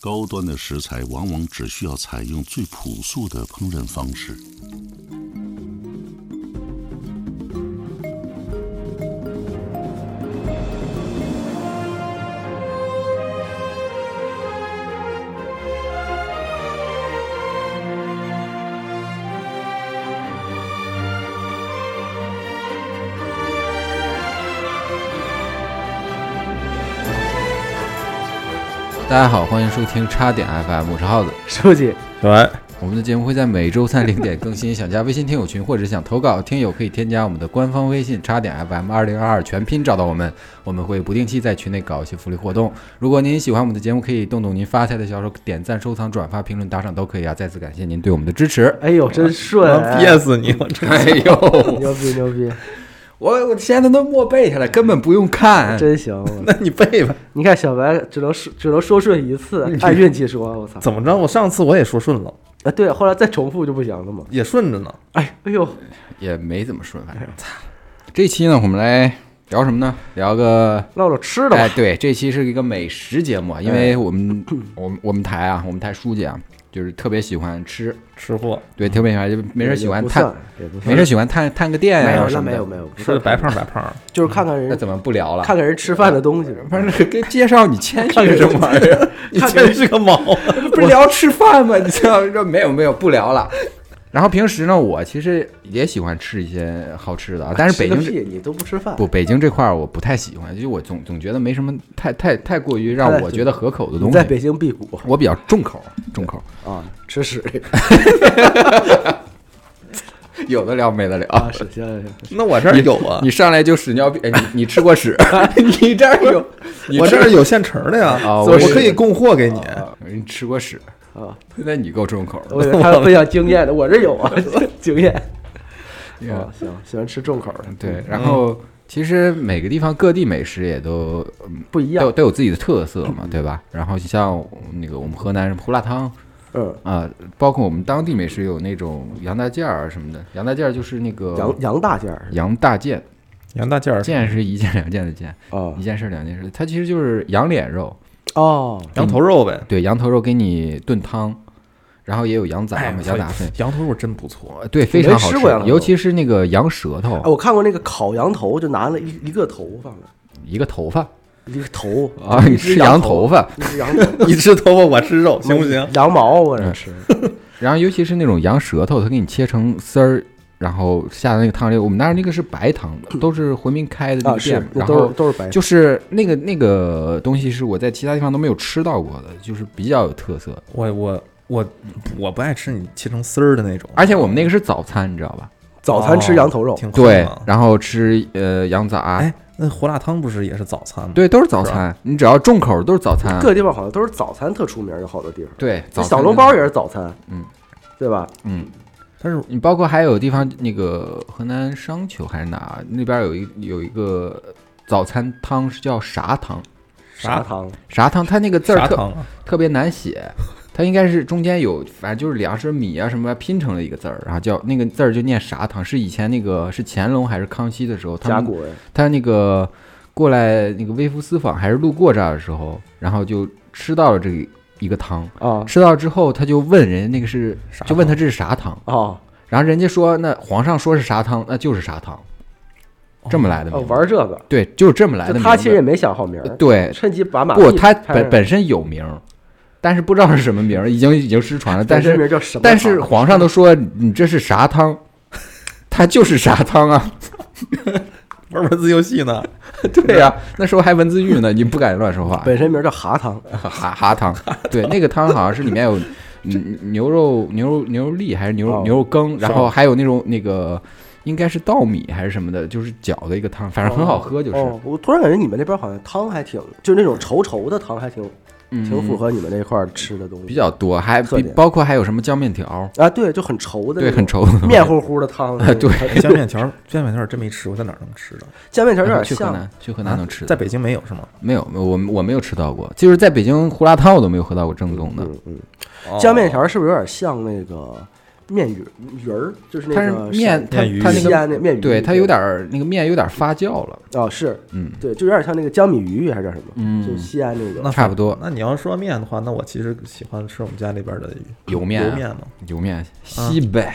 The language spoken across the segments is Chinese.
高端的食材往往只需要采用最朴素的烹饪方式。大家好，欢迎收听叉点 FM，我是耗子。书记，小白，我们的节目会在每周三零点更新。想加微信听友群或者想投稿，听友可以添加我们的官方微信“叉点 FM 二零二二”，全拼找到我们。我们会不定期在群内搞一些福利活动。如果您喜欢我们的节目，可以动动您发财的小手，点赞、收藏、转发、评论、打赏都可以啊！再次感谢您对我们的支持。哎呦，真顺、我憋死你！我这哎呦，牛逼牛逼， 我我现在都默背下来，根本不用看。真行！我那你背吧，你看小白只能 说只能说顺一次，按运气说，我操！怎么着？我上次我也说顺了，啊，对，后来再重复就不行了嘛。也顺着呢。哎，哎呦，也没怎么顺，反正。这期呢，我们来聊什么呢？聊个唠唠吃的哎，吧。哎对，这期是一个美食节目啊，因为我 们、我们我们台啊，我们台书记啊，就是特别喜欢吃，吃货对，特别喜欢，就没嗯也事喜欢不探算，，也不算没事喜欢探探个店没呀、有，什那么没的有。没有，不吃算的白胖白 胖，就是看看那人怎么不聊了？看看人吃饭的东西。不是给介绍你谦虚什么玩意 儿？你真是个毛！ 这不是聊吃饭吗？你这样说没有没有不聊了。然后平时呢，我其实也喜欢吃一些好吃的啊，但是北吃个京这屁，你都不吃饭，不北京这块儿我不太喜欢，就我总总觉得没什么太太太过于让太我觉得合口的东你在北西。啊京辟谷我比较重口，重口。啊，吃屎 有的聊没得聊啊，。是行行行，那我这儿有啊，你上来就屎尿屁，哎你你吃过屎？你这儿有，你我这这儿有现成的呀，啊我我可以供货给你。你吃过屎？啊，那你够重口我的。以为他要分享经验的，我这有啊，经 验对啊，行，喜欢吃重口的，对，然后其实每个地方各地美食也都嗯不一都有样，都有自己的特色嘛，对吧？然后像那个我们河南什么胡辣汤嗯，啊，包括我们当地美食有那种羊大件儿啊什么的，羊大件儿就是那个羊羊大件儿羊大件，杨大件儿，件是一件两件的件，啊一件事两件事，它其实就是羊脸肉。哦，羊头肉呗。对，羊头肉给你炖汤，然后也有羊杂哎嘛，我羊杂操粉，羊头肉真不错，对，非没常好吃过羊尤头其是那个羊舌头，哎，我看过那个烤羊头，就拿了一一个头放着，一个头发哦一个头啊，你吃羊头，发，一只羊头， 你吃头发我吃肉，行不行？ 羊毛啊我嗯这吃，然后尤其是那种羊舌头，它给你切成丝儿。然后下的那个汤里，我们那儿那个是白汤的，都是回民开的那啊个店是嘛，，那然都后是都是白，就是那个那个东西是我在其他地方都没有吃到过的，就是比较有特哦色。我我我我不爱吃你切成丝儿的那种，而且我们那个是早餐，你知道哦吧？早餐吃羊头肉，哎挺酷对的，。然后吃呃羊杂，哎，那胡辣汤不是也是早餐吗？对，都是早是吧餐。你只要重口都是早餐啊。各地方好像都是早餐特出名，有好多地方，对，早那小餐笼真包的也是早餐，嗯，对吧？嗯，但是你包括还有地方那个河南商丘还是哪那边有一有一个早餐汤是叫啥汤？砂啥糖啥汤？它那个字啥儿特汤啊？特别难写，它应该是中间有反正就是粮食米啊什么拼成了一个字儿，然后叫那个字儿就念啥汤？是以前那个是乾隆还是康熙的时候，他甲们骨文，他那个过来那个微服私访还是路过这儿的时候，然后就吃到了这个一个汤，啊吃到之后他就问人那个是啥就问他这是啥汤。啊，然后人家说，那皇上说是啥汤，那就是啥汤，这么来的名哦字。玩这个，对，就是这么来的就名字。他其实也没想好名儿呃，对，趁机把马不，屁他拍本上本身有名儿，但是不知道是什么名儿，已经已经失传了。但本身是名叫什么汤？但是皇上都说你这是啥汤，他就是啥汤 啊。 玩文字游戏呢？对呀、那时候还文字狱呢，你不敢乱说话。本身名叫蛤汤，哈哈汤，对，那个汤好像是里面 有嗯牛肉、牛肉、牛肉粒还是牛肉、哦牛肉羹，然是后还有那种那个应该是稻米还是什么的，就是搅的一个汤，反正很好喝，就是、哦，我突然感觉你们那边好像汤还挺，就那种稠稠的汤还挺挺符合你们那块儿吃的东嗯比西较多，还特比点包括还有什么浆面条，啊，对，就很稠的那种，对，很稠的东西，，面乎乎的 汤对哎酱面条儿，酱面条儿真没吃过，在哪儿能吃到？酱面条有点去河像啊南，去河南能吃在的，北京没有是吗？没有，我我没有吃到过，就是在北京胡辣汤我都没有喝到过正宗的，哦嗯嗯，酱面条是不是有点像那个面鱼鱼儿，就是那它是个面，它面鱼它那西个安那面鱼，对它有点儿那个面有点儿发酵了，哦，是，嗯，对，就有点像那个江米鱼还是叫什么？嗯就西安那 个那差不多那你要说面的话，那我其实喜欢吃我们家那边的鱼油面啊油面嘛，油面西北，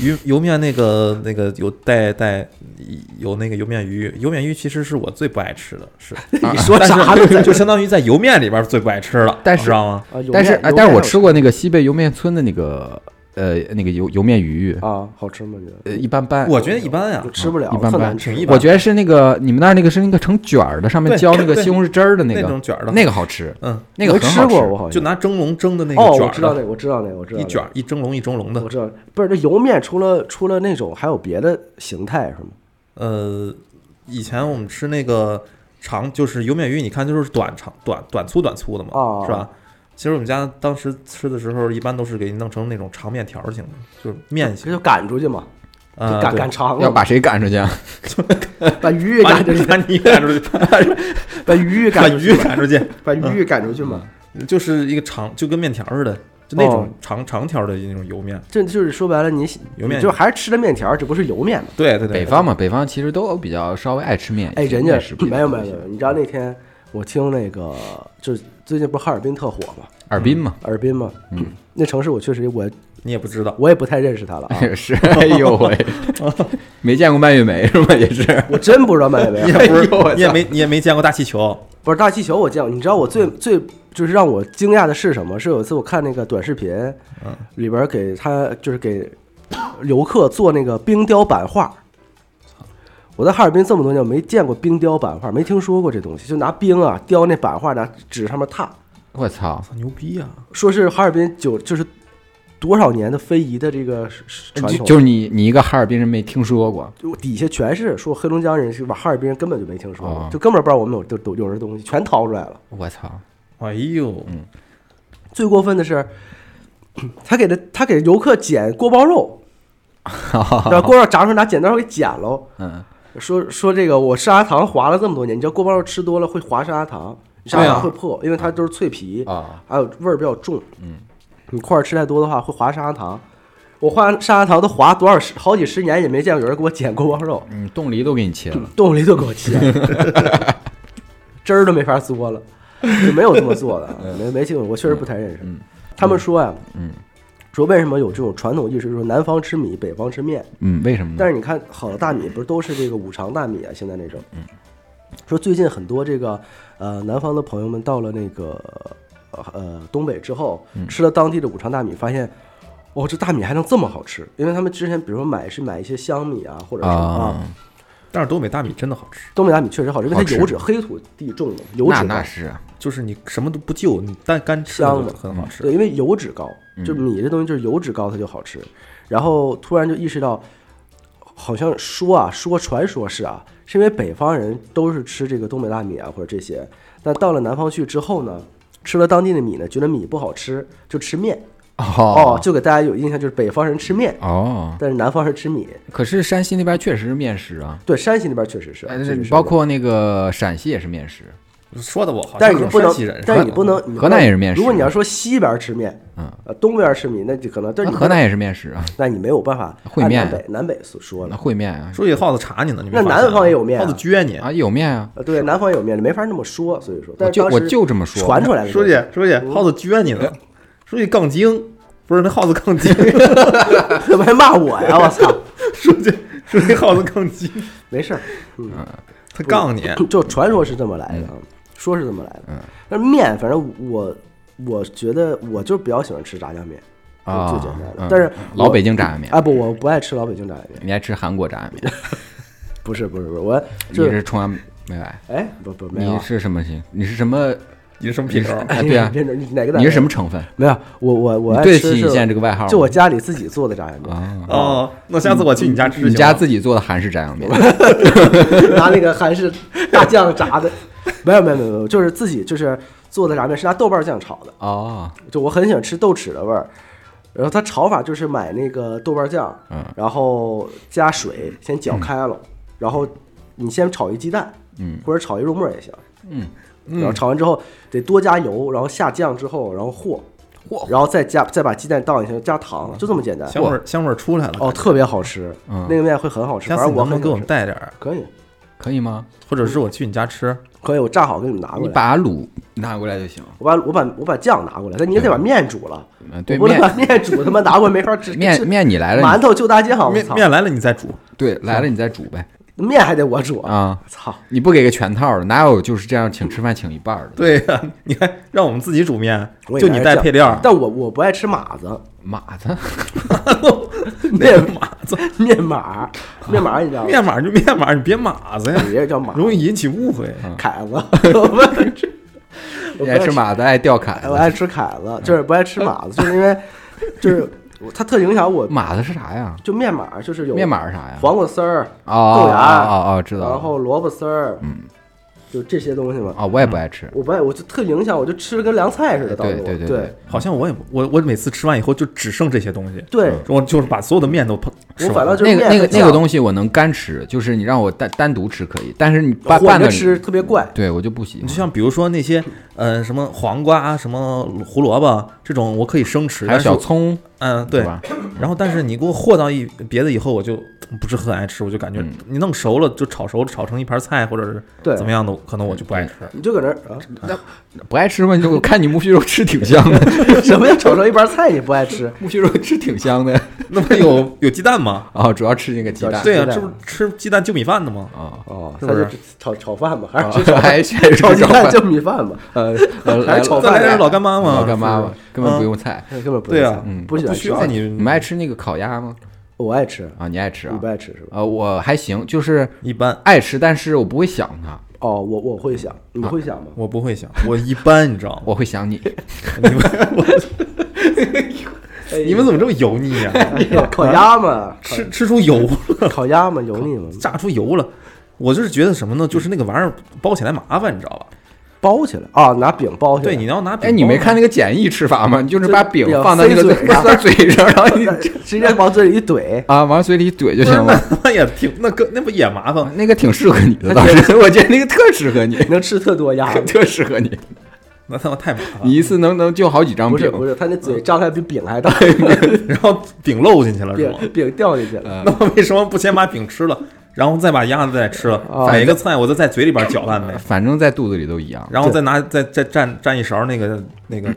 鱼油面那个那个有带带有那个油面鱼，油面鱼其实是我最不爱吃的， 是啊你说但啥是了？就相当于在油面里边最不爱吃了，但你知是道吗？啊，有但是面哎，有但是面我好吃过那个西北油面村的那个呃那个油油面鱼，啊，好吃吗？觉得呃一般般，我觉得一般呀我，吃不了，一般特般难吃挺一般我觉得是那个你们那儿那个是那个成卷儿的，上面对浇那个对西红柿汁儿的那那个种卷儿的那个好吃，嗯，那个没很好吃过，我好像就拿蒸笼蒸的那哦，个卷我儿知道那的，个，我知道那个，我知道一那个卷儿一蒸笼一蒸笼的我，知道，不是那油面除了除了那种，还有别的形态是吗？呃，以前我们吃那个长，就是油面鱼，你看就是短长短短粗短粗的嘛，哦是吧？其实我们家当时吃的时候，一般都是给你弄成那种长面条儿型的，就是面这型，就赶出去嘛，就啊，赶对赶长要了，把谁赶出去啊？ 把鱼也把赶出你去，把你赶出去，把鱼也 把赶出去鱼嗯嘛，赶出去，把鱼也赶出去嘛。就是一个长，就跟面条似的，就那哦种长长条的那种油面。这就是说白了，你油面你就还是吃的面条儿，只不过是油面嘛。对对对，北方嘛，北方其实都比较稍微爱吃面。哎，人家面食比较没有多没有一没些有，你知道那天我听那个，就是最近不是哈尔滨特火嘛，尔滨嘛，哈尔滨嘛，嗯，那城市我确实我你也 不知道，我也不太认识它了 啊，也 是，哎呦 喂，没见过蔓越莓是吗？也是，我真不知道蔓越莓 你也好。不是 哎呦我，你也操没你也没见过大气球，不是大气球，我见过。你知道我最最就是让我惊讶的是什么？是有一次我看那个短视频，里边给他就是给游客做那个冰雕版画。我在哈尔滨这么多年，我没见过冰雕版画，没听说过这东西。就拿冰啊雕那版画，拿纸上面拓，我操，操牛逼呀！说是哈尔滨九就是多少年的非遗的这个传就统，就是你你一个哈尔滨人没听说过，就底下全是说黑龙江人，是吧？哈尔滨人根本就没听说过哦，就根本不知道我们有有有这东西，全掏出来了。我操，哎呦，最过分的是，他给他他给游客剪锅包肉，然后锅包肉炸出来拿剪刀给剪喽，嗯，说说这个我砂糖滑了这么多年，你知道锅包肉吃多了会滑砂糖，砂对啊糖会破，因为它都是脆皮啊，还有味儿比较重，嗯，你块儿吃太多的话会滑砂糖。我滑砂糖都滑多少十好几十年也没见过有人给我剪锅包肉，嗯，冻梨都给你切 了，冻梨都给我切了，汁儿都没法嘬了，就没有这么做的，没没见过，我确实不太认识。他们说呀、啊嗯说为什么有这种传统意识，说南方吃米，北方吃面？嗯，为什么呢？但是你看，好的大米不是都是这个五常大米啊？现在那嗯种，说最近很多这个呃南方的朋友们到了那个呃东北之后，嗯吃了当地的五常大米，发现。哦，这大米还能这么好吃？因为他们之前，比如说买是买一些香米啊，或者是啊啊，，但是东北大米真的好吃，东北大米确实好吃，因为好它吃油脂黑土地种的，油那脂那高，是啊就是你什么都不就，你单干吃香就的很好吃。对，因为油脂高，嗯就米这东西就是油脂高，它就好吃。然后突然就意识到，好像说啊说传说是啊，是因为北方人都是吃这个东北大米啊或者这些，但到了南方去之后呢，吃了当地的米呢，觉得米不好吃，就吃面。哦，哦就给大家有印象就是北方人吃面，哦，但是南方人吃米。可是山西那边确实是面食啊，对，山西那边确实是，啊哎确实是包。括那个陕西也是面食，说的我好像但是你是不能山西人，，但是你不能，你不河能南也是面食如果你要说西边吃面，嗯呃，东边吃米，那就可能，但那是你河南也是面食啊，那你没有办法烩按面南北南北所说那了。烩面啊说起耗子查你呢，你没那发南现方也吗有面啊耗子撅你。啊有面啊，呃，对，南方有面没法那么说，所以说，但我是就当时我就这么说，传出来的书记，书记，嗯耗子撅你哎呢。 书记杠精，不是那耗子杠精， 怎么还 骂我呀？我操，书记，书记耗子杠精，没事儿，嗯他杠你。嗯就传说是这么来的，啊，说是这么来的。但是面，反正我我觉得我就比较喜欢吃炸酱面，就啊最简单的嗯。但是老我北京炸酱面啊，不，我不爱吃老北京炸酱面，你爱吃韩国炸酱面，不是不是不是，我你 就是崇洋媚外。哎，不不没有你啊，是什么型？你是什么？你是什么 品种？哎，对啊，别别哪个？你是什么？成分？没有，我我我你爱对得吃起你是现在这个外号吗？就我家里自己做的炸酱面，啊，哦，嗯那下次我去你家吃。你家自己做的韩式炸酱面， 拿那个韩式大酱炸的， 没有没有没有没有，就是自己就是做的炸面是拿豆瓣酱炒的，哦，就我很喜欢吃豆豉的味儿。然后它炒法就是买那个豆瓣酱，嗯然后加水先搅开了，然后你先炒一鸡蛋，嗯，或者炒一肉末也行，嗯，然后炒完之后得多加油，然后下酱之后，然后和嚯然后再加再把鸡蛋倒进去，加糖，就这么简单。香味儿香味儿出来了。哦，特别好吃，嗯那个面会很好吃。下反次正你我能不很能给我喜们欢带点儿吃，可以可以吗？或者是我去你家吃？可以，我炸好给你们拿过你来。把卤拿过来就行。我把我把我把酱拿过来，但你也得把面煮了。嗯，对我不能面把面煮他妈拿过来没法吃。面这面你来了，馒你头就大街上，我面操，面来了你再煮，对来了你再煮呗面还得我煮！啊！操，你不给个全套的，哪有就是这样请吃饭请一半儿的？对呀、你还让我们自己煮面，我也就你来带酱配料 儿，但我我不爱吃 码子码子，面码子， 面码，啊面码你知道吗？面码就面码，你别码子呀，你这叫码容易引起误会。凯 子， 我不爱吃，我你不爱吃嗯码子，爱钓凯哎我子。爱吃凯子，就是不爱吃码子，就是 因为就是我它特影响我，码子是啥呀？就面码就是有嗯面码是啥呀？黄瓜丝儿、哦哦豆芽哦哦，知道了。嗯然后萝卜丝儿，就这些东西嘛。啊，我也不爱吃。我不爱，我就特影响，我就吃的跟凉菜似的，当时对我对对对对好像我也不我我每次吃完以后就只剩这些东西，对我就是把所有的面都碰吃我反完了倒。就是那个面那个和那个酱东西我能干吃，就是你让我单单独吃可以，但是你拌混拌着的吃，特别怪。对我就不喜你就欢。像比如说那些，呃，什么黄瓜、什么胡萝卜啊这种，我可以生吃，还有但是小葱，嗯，对是。吧？然后，但是你给我和到一别的以后，我就不是很爱吃，我就感觉嗯你弄熟了就炒熟，炒成一盘菜，或者是对怎么样的，可能我就不爱吃。你就搁那儿啊？不爱吃嘛，就我看你木须肉吃挺香的， 什么叫炒成一盘菜你不爱吃？木须肉吃挺香的。 那不有有鸡 蛋吗？哦，主要吃那个鸡蛋。对呀、鸡蛋这不是吃鸡蛋就米饭的吗？啊，哦，是那不是就炒炒饭吧，还是哦吃炒还是还是炒鸡炒蛋饭就米饭吧？呃，还是炒再饭来点呀老干妈嘛，哦老干妈是吧，根嗯本不用菜。根本不对呀啊，嗯不喜欢不吃需要饭你，你们爱吃那个烤鸭吗？我爱吃，啊，你爱吃你啊不？爱吃是吧？呃，我还行，就是一般，爱吃，但是我不会想它，哦，我我会想，你会想 吗？我不会想，我一般，你知道吗？我会想 你。你们 你们怎么这么油腻呀、 哎呀烤鸭嘛，吃吃出油了，烤鸭嘛，油腻嘛，炸出油了。我就是觉得什么呢？就是那个玩意儿包起来麻烦，你知道吧？包起来啊，拿饼包起来。对，你要拿饼哎，你没包看那个简易吃法吗？你就是把饼这饼放到那个嘴塞嘴啊放上到嘴上，然 后你直接往嘴里一怼，啊往嘴里怼就行不了。是那那也挺那个那不也麻烦？那个挺适合你的，当时 我觉得那个特适合你，。能吃特多鸭 特适合你。那他妈太麻 烦了。你一次能能就好几张啊不是饼，不是，他那嘴张开比饼还大，然后饼漏进去了是吗？饼饼掉进去了。那我为什么不先把饼吃了，然后再把鸭子再吃了，啊摆一个菜，我再在嘴里边搅拌呗，反正在肚子里都一样。然后再拿再再蘸蘸一勺那个 那个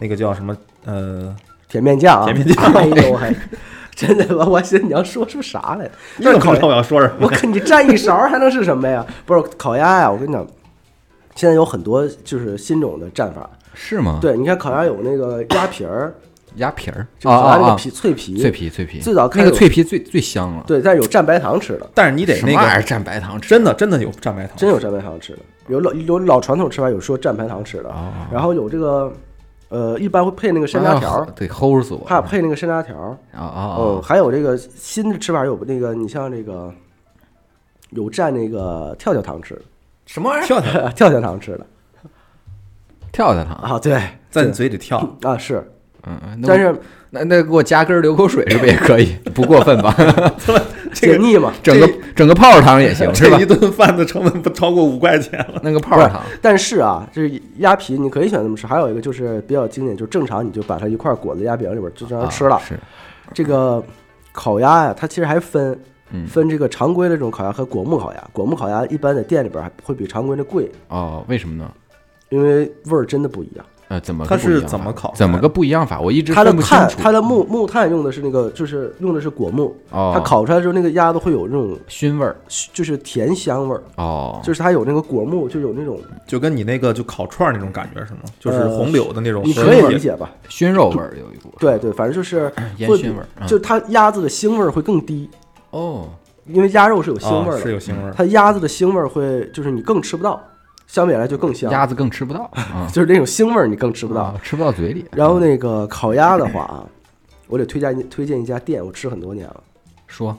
那个叫什么呃甜面酱啊，甜面酱 哎呦我还真的，我我寻思你要说出啥来，你但怎是么烤知道我要说什么？ 我跟你蘸一勺儿还能是什么呀？不是烤鸭呀，我跟你讲，现在有很多就是新种的蘸法。是吗？，对，你看烤鸭有那个鸭皮儿，鸭皮儿，就烤鸭那啊啊个啊皮脆皮，脆。皮脆皮，最早那看个有脆皮最最香了。对，但是有蘸白糖吃的，但是你得什么啊那玩意儿个蘸白糖吃？真的真的有蘸白糖，真有蘸白糖吃的，有老有老传统吃法，有说蘸白糖吃的，然后有这个，呃，一般会配那个山楂条啊儿，对，齁死我还有了！配那个山楂条儿，啊啊嗯，啊！还有这个新的吃法有那个，你像这个有蘸那个跳跳糖吃的， 什么玩意儿？跳跳跳跳糖吃的跳跳糖？啊，对，在你对嘴里跳， 啊是，嗯，嗯那但我是那那给我加根儿流口水是不是也可以？ 不过分吧？解腻嘛，整个整个泡泡糖也 行是吧这一？顿饭的成本不超过五块钱了。 那个泡不泡是糖，但是啊，这鸭皮你可以选这么吃，还有一个就是比较经典，就是正常你就把它一块儿裹在鸭饼里边儿就这样吃了。啊是这个烤鸭呀、它其实还分。嗯分这个常规的这种烤鸭和果木烤鸭，果木烤鸭一般在店里边儿还会比常规的贵，哦？为什么呢？因为味儿真的不一样。呃，怎么它个不一是样怎法么烤出怎么来个不一样法？我一直它的分不清炭，楚嗯它的木木炭用的是那个，就是用的是果木，哦它烤出来之后，那个鸭子会有那种熏味儿就是甜香味儿，哦，就是它有那个果木，就有那种， 就跟你那个就烤串儿那种感觉是吗？就是呃红柳的那种你和可以那理个解吧？熏肉味儿有一股对对，反正就是烟会熏味儿嗯就是它鸭子的腥味儿会更低，哦，因为鸭肉是有腥啊味儿是的，有腥味儿。它鸭子的腥味儿会就是你更吃不到，相比来就更香，，鸭子更吃不到啊 就是那种腥味儿你更吃不到。啊吃不到嘴里。然后那个烤鸭的话啊，我得推荐一推荐一家店，我吃很多年了，说，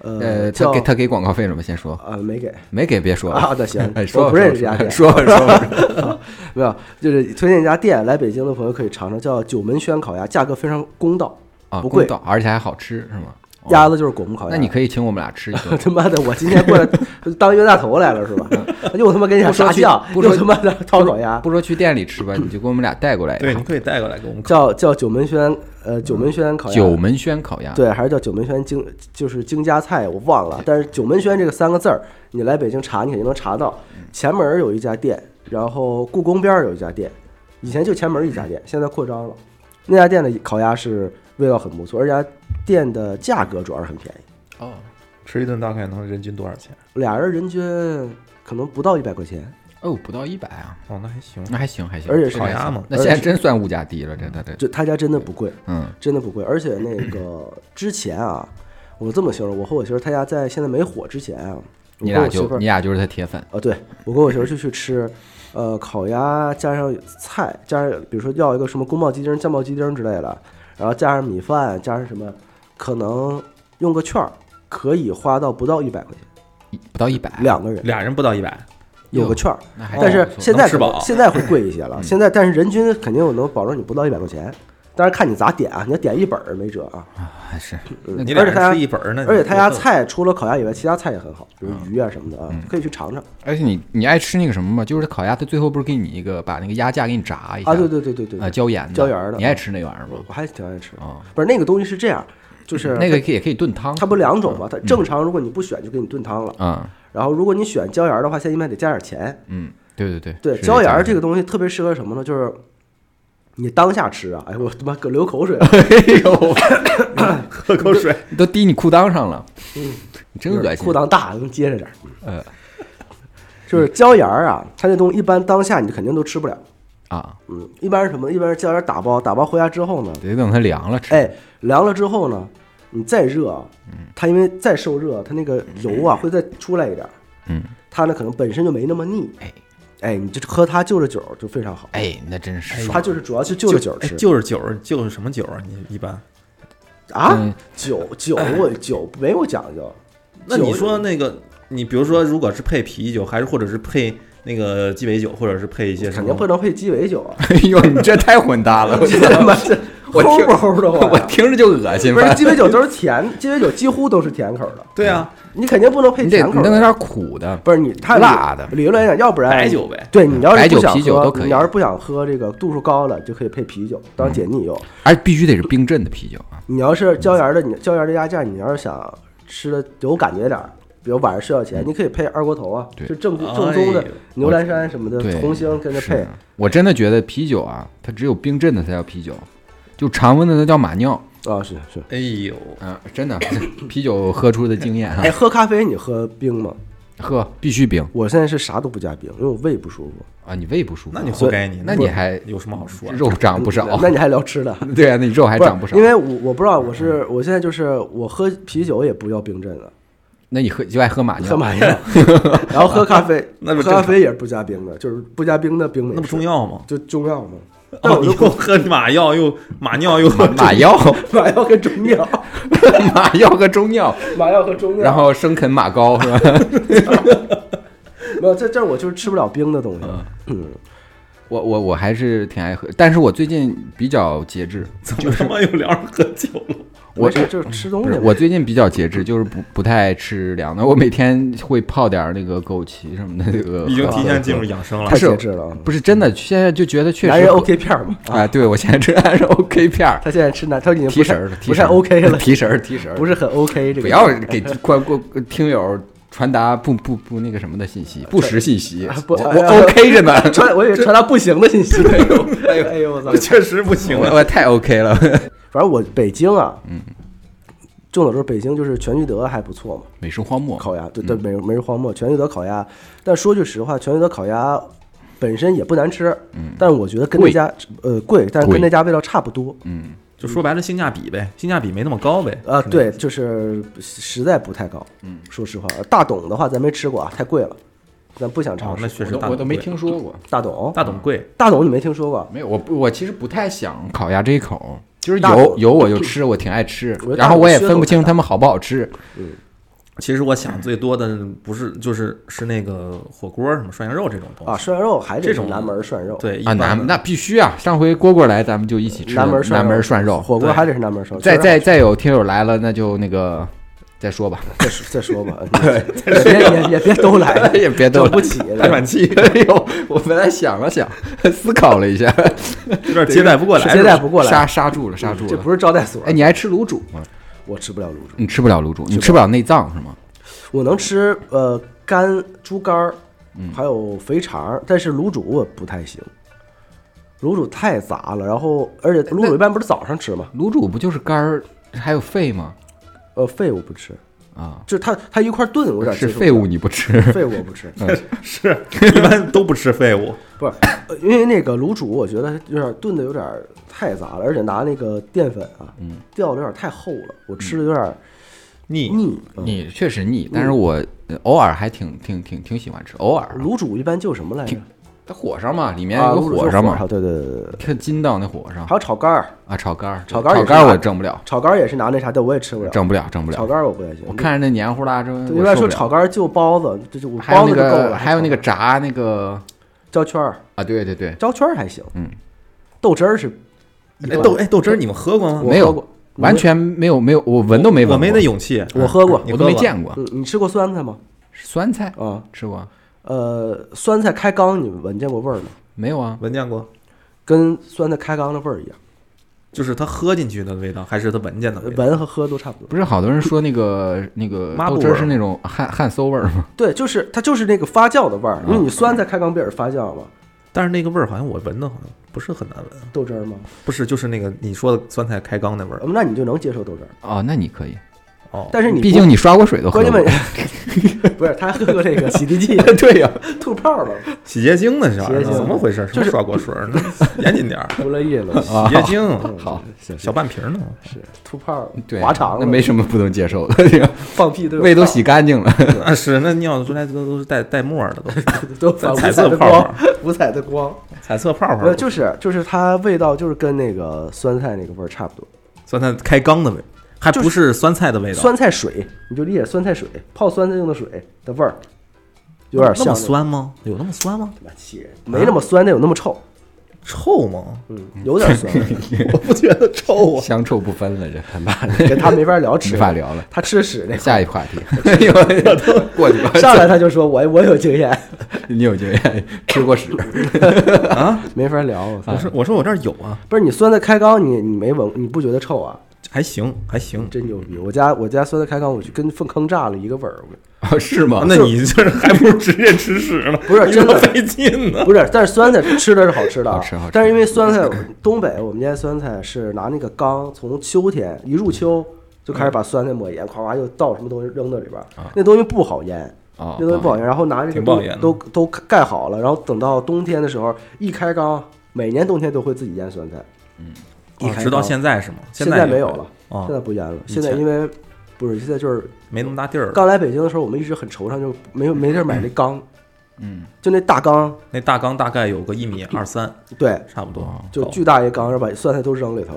呃，呃，他叫给他给广告费了吗？先说，呃没给。没给别说啊，了。那行 哎，说我吧不认识这家说吧店，说吧 说吧，没有，就是推荐一家店，来北京的朋友可以尝尝，叫九门轩烤鸭，价格非常公道，啊，不贵公道，而且还好吃是吗？哦鸭子就是果木烤鸭。 。那你可以请我们俩吃一顿他妈的，我今天 过来当冤大头来了是吧？又他妈跟人家嗯不说炸去酱，不说又他妈的抄手鸭，不说去店里吃 吧，你就给我们俩带过来对，一你趟。可以带过来给我们烤。叫叫九门轩，呃，九门轩烤嗯鸭，九门轩烤鸭，对，还是叫九门轩京，就是京家菜，我忘了。但是九门轩这个三个字儿，你来北京查，你肯定能查到。嗯前门儿有一家店，然后故宫边儿有一家店，以前就前门儿一家店，现在扩张了。那家店的烤鸭是味道很不错，而且店的价格主要是很便宜，哦，吃一顿大概能人均多少钱？俩人人均可能不到一百块钱。哦，不到一百啊，哦，那还行。那还行还行。而且这个还烤鸭行嘛那现在真算物价低了，这这这，就他家真的不贵，嗯，真的不贵。而且那个之前啊，我这么形容，我和我媳妇儿他家在现在没火之前啊，我你跟俩我媳就妇儿你俩就是他铁粉，啊，对我跟我媳妇儿就去吃，呃，烤鸭加上菜，加上比如说要一个什么宫保鸡丁、酱爆鸡丁之类的，然后加上米饭，加上什么，可能用个券儿可以花到不到一百块钱，一不到一百，啊两个人俩人不到一百，有个券儿。那还但是不错现在能吃可能饱现在会贵一些嗯了，现在但是人均肯定我能保证你不到一百块钱，但是看你咋点啊，你要点一本儿没辙啊。还是嗯你俩而且他人家吃一本儿呢。而且他家多恨菜除了烤鸭以外，其他菜也很好，比如嗯鱼啊什么的啊，可以去尝尝而且你你爱吃那个什么嘛，就是烤鸭，它最后不是给你一个把那个鸭架给你炸一下啊。对对对对对啊，椒盐的椒盐儿的你爱吃那玩意儿吗？我还挺爱吃啊，不是那个东西是这样，就是那个可以也可以炖汤，它不两种嘛，它正常如果你不选就给你炖汤了，嗯然后如果你选椒盐儿的话，现在一般得加点钱。嗯，对对对，对，是椒盐儿这个个东西特别适合什么呢？就是你当下吃啊，哎我他妈给流口水哎了，喝口水。东西都滴你裤裆上了，你真恶心。嗯裤裆大能结实点儿。呃就是椒盐儿啊，它这东西一般当下你肯定都吃不了，啊，嗯，一般是什么呢？一般是椒盐儿打包，打包回家之后呢，得等它凉了吃。嗯哎，凉了之后呢，你再热啊，它因为再受热，它那个油啊会再出来一点儿，嗯，它呢可能本身就没那么腻，哎哎，你就喝它就着酒儿就非常好。哎，那真是它爽就是主要 是就着酒哎吃就是酒儿，就是什么酒儿啊？你一般？啊嗯，酒酒我酒没有讲究，那酒你说那个，你比如说，如果是配啤酒，还是或者是配那个鸡尾酒，或者是配一些什肯定么？不能配鸡尾酒啊，哎呦，你这太混搭了，我觉这他得妈是 我齁听 不齁的我我。听着就恶心。不是反鸡尾酒都是甜，鸡尾酒几乎都是甜口的，对啊，你肯定不能配你得甜你口弄点的。儿啊苦的，不是你太辣的理论来讲，要不然白酒呗。对你要白是酒不想喝，啤酒都可以你要是不想喝这个度数高了，就可以配啤酒当解腻用。而哎必须得是冰镇的啤酒啊。你要是椒盐的，你椒盐的鸭架，你要是想吃的有感觉点儿，比如晚上睡觉前，你可以配二锅头啊，嗯对就正哎正宗的呦牛栏山什么的对，红星跟着是配。啊，我真的觉得啤酒啊，它只有冰镇的才叫啤酒，就常温的那叫马尿。啊，是 是。哎呦，嗯，真的， 啤酒喝出的经验啊哎，，喝咖啡你喝冰吗？喝必须冰我现在是啥都不加冰，因为我胃不舒服。啊，你胃不舒服，那你活该你，那你还有什么好说的？肉啊长不少，那你还聊吃的？对啊，那你肉 还不是长不少因，为我我不知道，我是我现在就是我喝啤酒也不要冰镇啊的，那你喝就爱喝马喝尿，马 药，然后喝咖啡，那不喝正常咖啡也是不加冰的，就是不加冰的冰美那不式中药吗？就中药 嘛。但 哦，我你就又喝马药，又马尿，又喝马药， 马药跟中药，马药和中药，马药和中药。然后生啃马羔是吧？没有，这这我就是吃不了冰的东西。嗯，我我我还是挺爱喝，但是我最近比较节制，怎么他妈又聊上喝酒了？ 我没事就是吃东不西是嘛。我最近比较节制，就是不不太吃凉的，我每天会泡点儿那个枸杞什么的，这个已经喝提前进入养生了太。是节制了啊。不是真的，现在就觉得确实男人 OK 片儿嘛，啊，对我现在吃还是 OK 片儿，他现在吃男，他已经提不神太儿了，提不神太儿 OK 了， 提神儿提神儿，不是很 OK 这不个。要给 观过听友传达不不不那个什么的信息，不实信息啊，不我哎我呀 OK 着呢， 传，我以为传达不行的信息。哎呦，哎呦，哎呦，我操！ 确实不行啊我 了，我太 OK 了，反正我北京啊，嗯，正走之后北京就是全聚德还不错嘛， 美食荒漠，烤鸭，对对，美美食荒漠全聚德烤鸭。但说句实话，全聚德烤鸭本身也不难吃，嗯，但是我觉得跟那贵家呃贵，但是贵跟那家味道差不多。嗯，就说白了，性价比呗，性价比没那么高呗。啊，对，就是实在不太高。嗯，说实话，大董的话咱没吃过啊，太贵了，咱不想哦尝，那试。确呃我实都大我都没贵听说过，大董，大董贵，大董你没听说过？没有，我不我其实不太想烤鸭这一口，就是大有口有我就吃，我挺爱吃我觉，得然后大口我也噱头分不清太大他们好不好吃，其实我想最多的不是就是是那个火锅什么涮羊肉这种东西啊，涮羊肉还得这是种南门涮肉，对，一啊，般的南那必须啊！上回蝈蝈来，咱们就一起吃南门南门涮肉。火锅对还得是南门涮肉。 再就是再再有听友来了，那就那个再说 吧，再说再说吧，也别也也别都来 了，也别逗 了整不。起。排满气，哎呦，我本来想了想，思考了一下，有点接待不过来，是 接待不过来刹，刹住了，刹住这了。不是招待所。哎，你爱吃卤煮吗？我吃不了卤煮，你吃不了卤煮，你吃不了内脏是吗？我能吃呃干猪肝儿，还有肥肠儿，但是卤煮我不太行。卤煮太杂了，然后而且卤煮一般不是早上吃吗？卤煮不就是肝儿还有肺吗？呃，肺我不吃，啊，就是它它一块儿炖，啊我有点是接受不废了物， 你不吃。肺我不吃，是一般都不吃 废物，不是，呃因为那个卤煮，我觉得有点炖的有点太杂了，而且拿那个淀粉啊，嗯掉的有点太厚了，我吃的有点腻腻。嗯你确实腻，但是我呃偶尔还挺挺挺挺喜欢吃，偶尔啊卤煮一般就什么来着？它火上嘛，里面嗯啊，有个卤煮就火啊上嘛，对对对对对，看筋道那火上还有炒肝儿，啊，炒肝儿，对炒肝儿炒也是肝儿我拿整不了，炒肝儿也是拿那啥的，我也吃不了。整不了，整不炒了。肝儿我不太行，我看着那黏糊啦，真对一般受说不了炒肝儿就包子，这就我还有包那子就够个了。还有那个炒炸那个焦圈儿，啊，对对对，焦圈儿还行，嗯，豆汁儿是一哎般豆哎豆汁儿你们喝过吗？我没有喝过完全没有没有，我闻都没闻，我没那，勇气，我喝过，你我都没过见过嗯，你吃过酸菜吗？酸菜啊，吃过呃，酸菜开缸，你们闻见过味儿吗？没有啊？闻见过，跟酸菜开缸的味儿一样，就是它喝进去的味道，还是它闻见的味道？呃闻和喝都差不多。不是好多人说那个那个抹布豆汁儿味儿是那种汗汗馊味儿吗？对，就是它就是那个发酵的味啊儿，因为你酸菜开缸不也是发酵吗？但是那个味儿好像我闻的好像不是很难闻，豆汁儿吗？不是就是那个你说的酸菜开缸那味儿嗯那你就能接受豆汁儿，哦，那你可以，哦，但是你不毕竟你刷过水都喝关键过问。 不是他喝过那个洗涤剂 对呀，吐泡 了，洗洁精呢是啥？洗洁精怎么回事？什就么是刷锅水儿 呢？严谨点儿，不乐意了，啊洗洁精嗯好，小半瓶呢，是吐泡了对，滑肠那了，没什么不能接受的，放屁都有胃都泡 洗干净了。 啊是那尿出来都都是带带沫儿的，都是都有反五彩彩色的泡光泡，五彩的光，嗯彩色泡泡 没有，，就是就是它味道就是跟那个酸菜那个味儿差不多，酸菜开缸的味，还不是酸菜的味道，酸菜水你就理解酸菜水泡酸菜用的水的味儿，有点那像么那个酸吗？有那么酸吗？妈气人，没那么酸，但有那么臭，臭吗？嗯，有点酸，嗯 我不觉得臭 啊。香臭不分了，这跟他没法聊吃，没法聊了。他吃屎 那下一话 题，哎呦我都过去吧。上来他就说我我有经验，你有经验， 吃过屎，没法聊，我操我说我说我这儿有啊，不是你酸菜开缸，你你没闻，你不觉得臭啊？还行还行。真牛逼！我家我家酸菜开缸，我去跟粪坑炸了一个味儿，我啊是吗？那你就是还不如直接吃屎呢，不是你怎么真的费劲 呢？不是，但是酸菜吃的是好吃的啊，好吃好吃但是因为酸菜，东北我们家酸菜是拿那个缸，从秋天一入秋就开始把酸菜抹盐，夸夸就倒什么东西扔到里边儿，那东西不好腌。哦那东西不好腌，然后拿这个挺不好东西腌的都都盖好了，然后等到冬天的时候一开缸，每年冬天都会自己腌酸菜。嗯，一哦开直到缸现在是吗？现在没有会了，啊现，在不腌了。以现在前因为不是现在就是没那么大地儿了。刚来北京的时候，我们一直很惆怅，就没有没地儿买那缸，嗯，就那大缸，那大缸大概有个一米二三，对，差不多。就高巨大一缸，然后把酸菜都扔里头，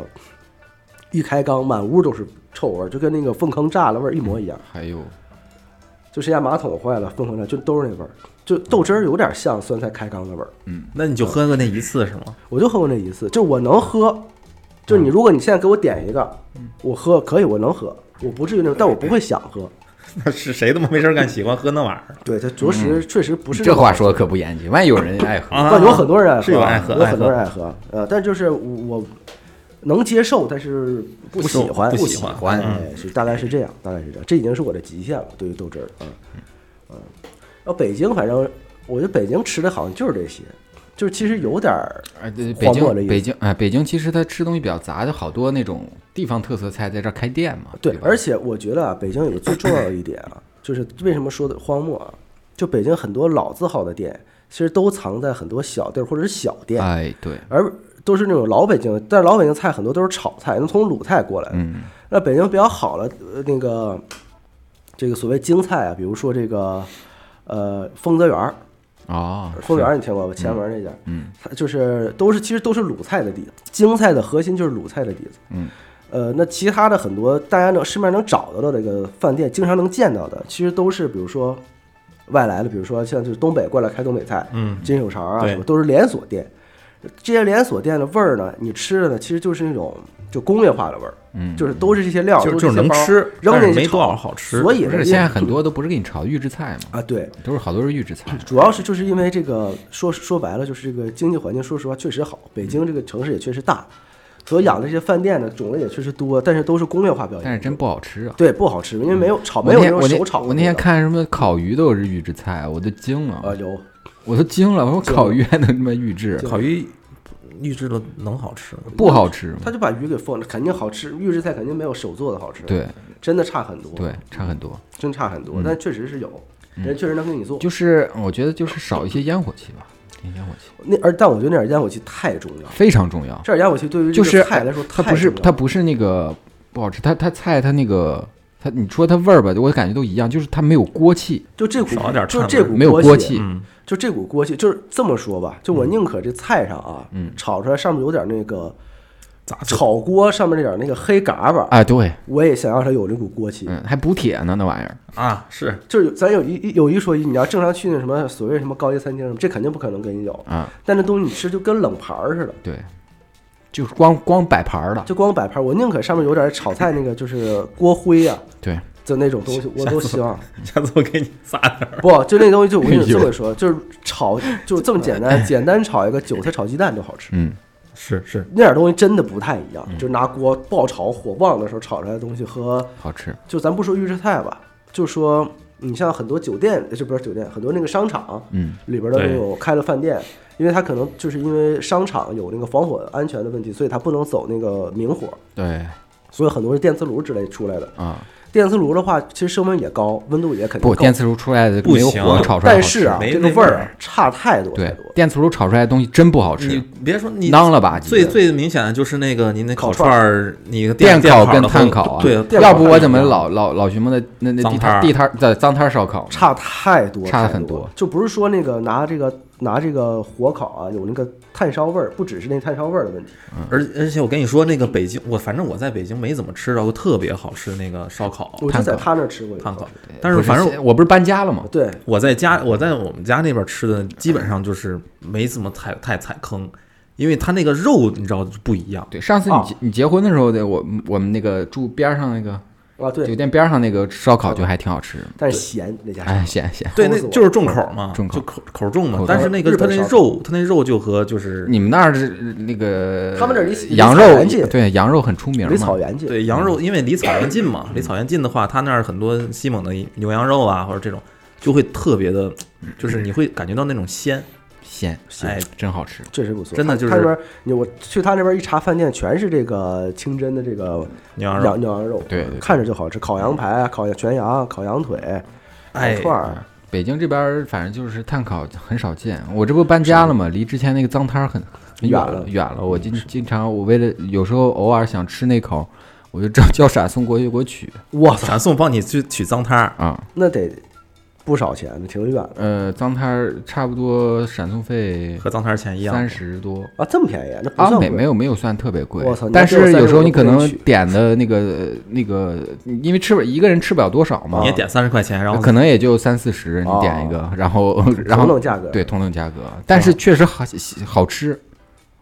一开缸满屋都是臭味儿，就跟那个粪坑炸了味儿一模一样。还有就谁家马桶坏了，粪坑炸就都是那味儿，就豆汁儿有点像酸菜开缸的味儿。那你就喝个那一次是吗？我就喝过那一次，就我能喝，就你如果你现在给我点一个，我喝可以，我能喝，我不至于那种，但我不会想喝。那 是谁他妈没事儿干喜欢喝那玩意儿对，它着实确实不是这那么话说的可不严谨，万一有人爱喝，啊？不，有很多人爱喝，是有爱喝，有爱很多人喝。爱喝，呃，但就是我能接受，但是不不喜受欢，不喜喜欢嗯哎，是大概是这样，大概是这样，这已经是我的极限了，对于豆汁儿，嗯嗯，然后北京反正我觉得北京吃的好像就是这些，就是其实有点儿，啊，对，北荒漠的京，意思北京，哎，北京其实它吃东西比较杂，就好多那种地方特色菜在这儿开店嘛。对，吧而且我觉得啊，北京有个最重要的一点啊，就是为什么说的荒漠啊，就北京很多老字号的店，其实都藏在很多小地儿或者是小店，哎，对，而都是那种老北京，但是老北京菜很多都是炒菜，能从鲁菜过来的。嗯，那北京比较好的呃那个这个所谓京菜啊，比如说这个呃丰泽园儿，哦，丰泽园儿你听过吧？前门那家，嗯，它就是都是其实都是鲁菜的底子，京菜的核心就是鲁菜的底子，嗯，呃，那其他的很多大家能市面上能找得到的这个饭店，经常能见到的，其实都是比如说外来的，比如说像就是东北过来开东北菜，嗯，金手肠啊对什么，都是连锁店。这些连锁店的味儿呢，你吃的呢，其实就是那种就工业化的味儿，嗯就是都是这些料，就都就是这些能包吃，扔但进是去没炒多少好吃。所以不呢，是现在也很多都不是给你炒预制菜嘛，啊，对，都是好多是预制菜。主要是就是因为这个说说白了，就是这个经济环境，说实话确实好，北京这个城市也确实大，所养的这些饭店呢种类也确实多，但是都是工业化表演，但是真不好吃啊！对不好吃，因为没有炒我哦没那有天种我那手炒的味道。我那天看什么烤鱼都有是预制菜，我都惊了，啊有，我都惊了，我说烤鱼还能这么预制， 烤鱼预制的能好吃吗？不好吃吗？他就把鱼给放了，肯定好吃，预制菜肯定没有手做的好吃，，对真的差很多，对，，差很多。真差很多，但确实是有，人确实能给你做，就是我觉得就是少一些烟火气吧，烟火气那而但我觉得那点烟火气太重要，非常重要。这点烟火气对于这就个是菜来说它太不是重要它不是那个不好吃，它它菜它那个它你说它味儿吧，我感觉都一样，就是它没有锅气，就这股少点就掺这和股没有锅锅气，嗯，就这股锅气，就是这么说吧，就我宁可这菜上啊，嗯炒出来上面有点那个咋做炒锅上面那点那个黑嘎巴，哎，对，我也想让它有这股锅气。嗯，还补铁呢那玩意儿，啊？是就是有咱有一一有一说一，你要正常去那什么所谓什么高级餐厅什么，这肯定不可能给你有。啊，但这东西你吃就跟冷盘儿似的，对，就是光光摆盘儿的，就光摆盘儿，我宁可上面有点炒菜那个就是锅灰啊对，的那种东西，我都希望。下次我给你撒点儿。不，就那东西就我跟哎你呦这么说，就是炒就这么简 单，简单炒一个韭菜炒鸡蛋就好吃。嗯， 是是，那点东西真的不太一样，就是拿锅爆炒火旺的时候炒出来的东西和，好吃，就咱不说预制菜吧，就说你像很多酒店，这不是酒店，很多那个商场嗯，里边的对那种开了饭店，因为它可能就是因为商场有那个防火安全的问题，所以它不能走那个明火，对所以很多是电磁炉之类出来的。啊，电磁炉的话，其实升温也高，温度也肯定不，高，电磁炉出来的不没有行火炒出来好但吃，是啊，没这个那味味儿儿啊差太多太对多。，电磁炉炒出来的东西真不好你吃，别说你囊了吧唧最的最明显的就是那个您那烤串串儿，你电烤烤跟的炭话烤啊，对，电要烤不太我怎多么了老老老寻摸的那那地脏摊摊儿儿地摊儿对脏摊儿烧烤呢？差太多，差得太很多多。就不是说那个拿这个拿这个火烤啊，有那个炭烧味儿，不只是那炭烧味儿的问题。嗯而而且我跟你说，那个北京，我反正我在北京没怎么吃到过特别好吃那个烧烤我就炭哦烤在他那儿吃过一炭次烤，，但是不反正现我不是搬家了吗？对，我在家，我在我们家那边吃的，基本上就是没怎么踩太踩坑，因为它那个肉你知道就不一样。对，上次你哦结、你结婚的时候的我我们那个住边儿上那个啊酒对，店边儿上那个烧烤就还挺好吃，但是咸那家哎，是咸咸。对，齁那死我就是重口嘛，重口就口口重嘛口。但是那个日它本烧那烤嗯肉，它那肉就和就是你们那儿是那个他们那儿离羊离草肉原近对羊肉很出名离嘛草，原近，对羊肉，因为离草原近嘛，嗯离草原近的话，它那儿很多西蒙的牛羊肉啊，或者这种，就会特别的，就是你会感觉到那种鲜，鲜哎，真好吃。确实不错。真的他就是他那边你我去他那边一查饭店，全是这个清真的这个牛羊羊肉，牛羊肉，对对对看着就好吃，烤羊排啊，烤全羊，烤羊腿，烤哎，串儿。北京这边儿反正就是炭烤很少见，我这不搬家了嘛，离之前那个脏摊儿很很远远了了嗯远了。我经经常我为了有时候偶尔想吃那口， 我就叫叫闪送过去给我取哇塞，闪送帮你去取脏摊儿，啊。那得不少钱，挺远的呃，脏摊儿差不多闪送费和脏摊儿钱一样，三十多，啊，这么便宜，那不啊，算没贵没有没有算特别贵我操，你但这个是三有十时候我你都可不能能去点的那个呃那个，因为吃不一个人吃不了多少嘛你也，点三十块钱，然后可能也就三四十，你点一哦个，然后 然后同等价格。对同等价格，但是确实好好吃，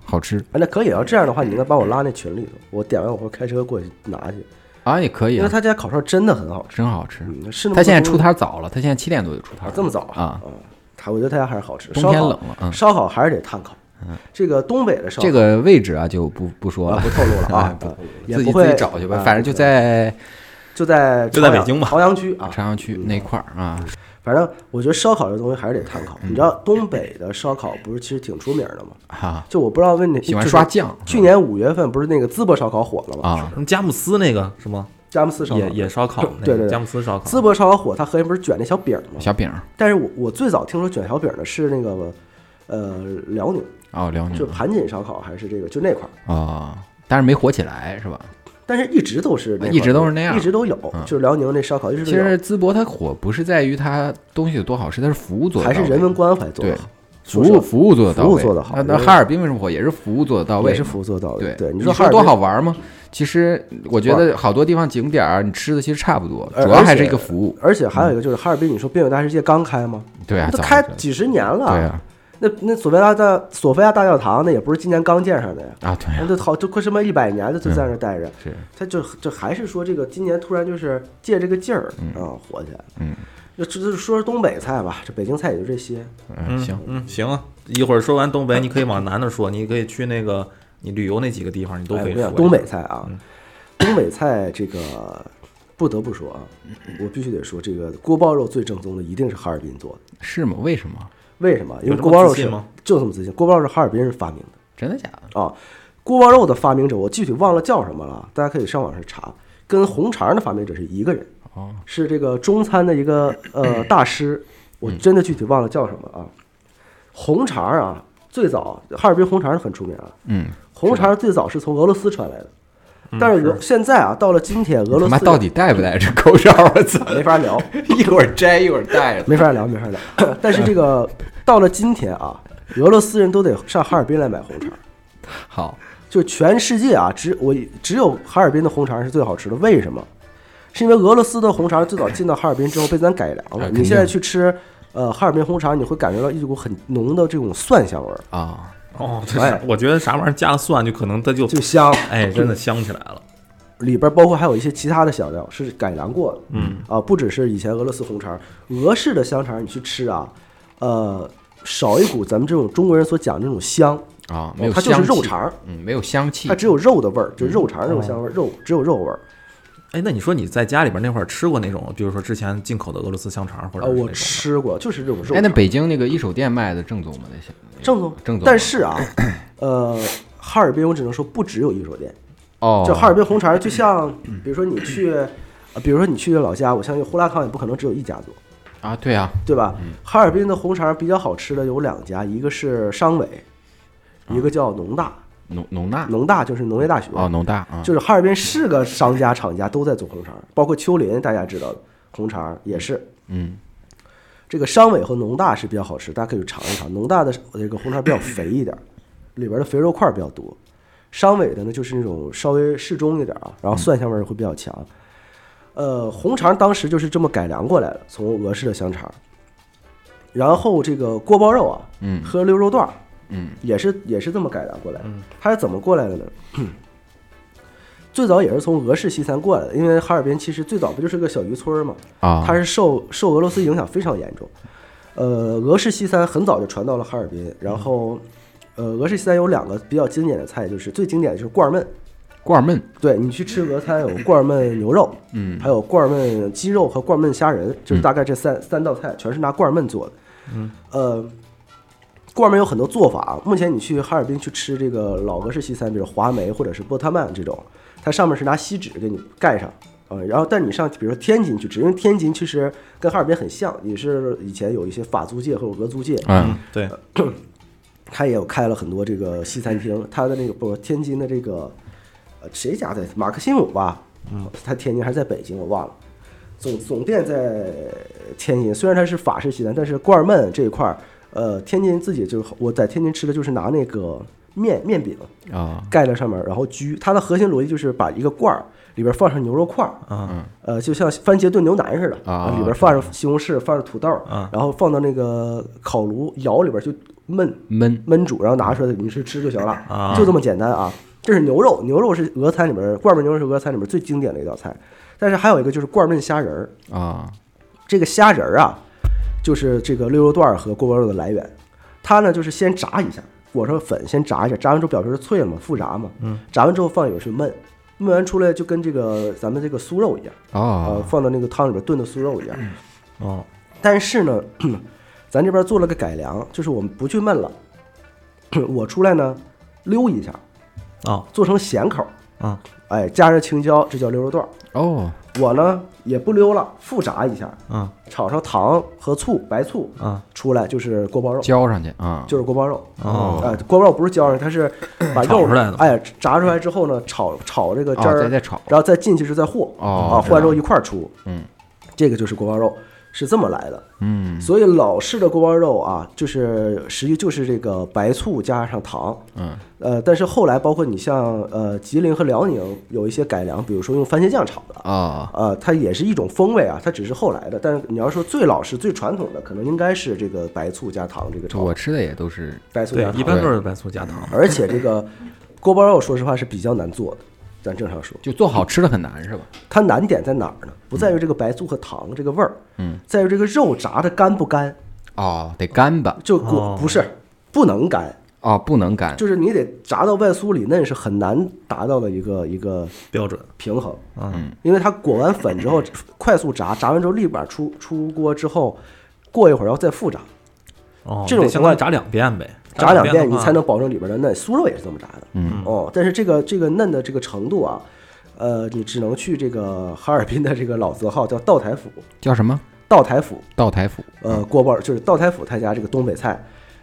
好吃哎，那可以啊，这样的话，你应该把我拉那群里头，我点完我会开车过去拿去，啊也可以因为啊，他家烤串真的很好吃。真好吃。嗯，是那么他现在多出摊儿早了，他现在七点多就出摊啊儿，这么了早啊？嗯他我觉得他家还是好吃。冬天烧烤冷了嗯烧烤还是得炭烤。这个东北的烧烤这个位置啊就不不说啊了不，透露了哎啊， 不啊也自己不自会己找去吧，啊反正就在就在就在朝阳北京吧朝阳区啊。嗯朝阳区那块儿啊，反正我觉得烧烤这东西还是得炭烤。嗯你知道东北的烧烤不是其实挺出名的吗？哈，就我不知道问你，喜欢嗯就是嗯刷酱去年五月份不是那个淄博烧烤火了吗？啊什么佳木斯那个是吗？佳木斯烧烤也也烧烤，那个对对对佳木斯烧烤，淄博烧烤火，它核心不是卷那小饼儿吗？小饼儿但是我我最早听说卷小饼儿的是那个，呃，辽宁，哦，辽宁就盘锦烧烤还是这个，就那块儿。啊、但是没火起来是吧？但是一直都是那块儿一直都是那样一直都有，嗯就是辽宁那烧烤一直其都有，实淄博它火不是在于它东西有多好吃，它是服务做得还是到位人文关怀做对得好。服说实务话服务做得到位，服务做得好那那因为哈尔滨为什么火？也是服务做得到位也是嘛服务做到位。对对，你说哈说尔多滨好玩吗？其实我觉得好多地方景点儿，啊你吃的其实差不多，呃主要还是一个服务。而且还有一个就是哈尔滨，你说变轨大世界刚开吗？对啊，嗯都早开就几十年了。对啊，那那索菲亚大索菲亚大教堂那也不是今年刚建上的呀，啊对啊哎那都好都快什么一百年了，就嗯在那儿待着。是他就就还是说这个今年突然就是借这个劲儿啊火起来了。嗯，就这就是说说东北菜吧，这北京菜也就这些。嗯行，嗯，行啊，一会儿说完东北，你可以往南的说，你可以去那个你旅游那几个地方，你都哎可我以跟你讲说。嗯东北菜啊， 东北菜这个不得不说啊，我必须得说，这个锅包肉最正宗的一定是哈尔滨做的。是吗？为什么？为什么？因为有这锅么包自肉信是吗就这么自信，锅包肉是哈尔滨人发明的。真的假的？啊，锅包肉的发明者我具体忘了叫什么了，大家可以上网上查，跟红肠的发明者是一个人，哦，是这个中餐的一个呃大师，我嗯真的具体忘了叫什么啊。红肠啊，最早哈尔滨红肠很出名啊，嗯，红肠最早是从俄罗斯传来的，但是俄现在啊，到了今天俄他罗妈斯到底带不带这口哨？ 我操！没法聊，一会儿摘一会儿戴了。没法聊，没 法聊。但是这个到了今天啊，俄罗斯人都得上哈尔滨来买红肠。好，就全世界啊，只我只有哈尔滨的红肠是最好吃的。为什么？是因为俄罗斯的红肠最早进到哈尔滨之后被咱改良哎了。肯定你现在去吃，呃，哈尔滨红肠，你会感觉到一股很浓的这种蒜香味儿，啊，哦，这哎是我觉得啥玩意儿加了蒜，就可能它就就香。哎，真的香起来了。里边包括还有一些其他的香料是改良过的。嗯啊，不只是以前俄罗斯红肠，俄式的香肠你去吃啊，呃，少一股咱们这种中国人所讲的那种香，啊，没有它香气，就是肉肠，嗯，没有香气它，只有肉的味儿，就是肉肠这种香味儿，肉只有肉味儿。哎，那你说你在家里边那会儿吃过那种，比如说之前进口的俄罗斯香肠或者啊，是那种我的吃过，就是这种肉肠。哎，那北京那个一手店卖的正宗吗？那些正宗，正宗但是啊，呃，哈尔滨我只能说不只有一手店，哦，就哈尔滨红肠，就像比如说你去，呃比如说你去老家，我相信胡辣汤也不可能只有一家做，啊，对啊，对吧？哈尔滨的红肠比较好吃的有两家，一个是商委，一个叫农大，农农大农大就是农业大学，哦，农大啊，就是哈尔滨是个商家厂家都在做红肠，包括丘陵大家知道的红肠也是。嗯，这个商委和农大是比较好吃，大家可以去尝一尝。农大的这个红肠比较肥一点儿，里边的肥肉块儿比较多。商委的呢，就是那种稍微适中一点儿啊，嗯然后蒜香味儿会比较强。呃，红肠当时就是这么改良过来的，从俄式的香肠。然后这个锅包肉啊，嗯和溜肉段儿，嗯，也是也是这么改良过来的。它是怎么过来的呢？最早也是从俄式西餐过来的，因为哈尔滨其实最早不就是个小渔村儿嘛，啊，它是受受俄罗斯影响非常严重。呃，俄式西餐很早就传到了哈尔滨，然后，呃，俄式西餐有两个比较经典的菜，就是最经典的就是罐儿焖。罐焖对你去吃俄餐有罐儿焖牛肉，嗯，还有罐儿焖鸡肉和罐儿焖虾仁，就是大概这三、三道菜全是拿罐儿焖做的。嗯，呃，罐儿焖有很多做法啊。目前你去哈尔滨去吃这个老俄式西餐，比如华梅或者是波特曼这种，它上面是拿锡纸给你盖上。呃，然后但你上比如说天津去吃，因为天津其实跟哈尔滨很像，也是以前有一些法租界或者俄租界，嗯嗯，对，他也有开了很多这个西餐厅，他的那个不天津的这个呃谁家的马克西姆吧，嗯，他天津还是在北京我忘了，总总店在天津，虽然它是法式西餐，但是罐儿焖这一块儿，呃，天津自己就是我在天津吃的就是拿那个面面饼啊，盖在上面，然后焗，它的核心逻辑就是把一个罐儿里边放上牛肉块儿，嗯，呃，就像番茄炖牛腩似的，啊里边放上西红柿，放上土豆，啊然后放到那个烤炉窑里边去焖。焖焖煮，然后拿出来你去吃就行了，啊就这么简单啊。这是牛肉，牛肉是俄餐里边罐焖牛肉是俄餐里边最经典的一道菜，但是还有一个就是罐焖虾仁儿，啊，这个虾仁儿啊，就是这个溜肉段儿和锅包肉的来源。它呢就是先炸一下，裹上粉先炸一下，炸完之后表皮是脆了嘛，复炸嘛，嗯，炸完之后放油去焖，焖完出来就跟这个咱们这个酥肉一样，呃哦，，放到那个汤里边炖的酥肉一样。哦，但是呢， 咱这边做了个改良，就是我们不去焖了， 我出来呢溜一下，哦，做成咸口，嗯，哎，加上青椒，这叫溜肉段儿。哦，我呢也不溜了，复炸一下，嗯，炒上糖和醋，白醋，嗯，出来就是锅包肉，浇上去啊，就是锅包肉。哦哎，锅包肉不是浇上，它是把炒肉出来的哎，炸出来之后呢，炒炒这个哦汁儿，再再炒然后再进去是再和，哦啊，和完之后一块儿出，嗯，这个就是锅包肉。是这么来的。嗯所以老式的锅包肉啊，就是实际就是这个白醋加上糖，嗯呃，但是后来包括你像呃吉林和辽宁有一些改良，比如说用番茄酱炒的，啊呃，它也是一种风味啊，它只是后来的。但是你要说最老式、最传统的，可能应该是这个白醋加糖这个这炒我吃的也都是白醋对加啊，糖，一般都是白醋加糖。而且这个锅包肉，说实话是比较难做的。咱正常说，就做好吃的很难是吧？它难点在哪儿呢？不在嗯于这个白醋和糖这个味儿，嗯，在于这个肉炸的干不干，哦，得干吧？就不、哦不是不能干，哦，不能干。就是你得炸到外酥里嫩，是很难达到的一个一个标准，平衡。嗯，因为它裹完粉 之后快速炸，炸完之后立马出出锅之后，过一会儿要再复炸，哦，这种得相当于炸两遍呗，炸两遍遍的你话才能保证里边的嫩。酥肉也是这么炸的，嗯哦，但是这个这个嫩的这个程度啊，呃，你只能去这个哈尔滨的这个老字号叫道台府，叫什么？道台府道台府。呃锅包就是道台府他家这个东北菜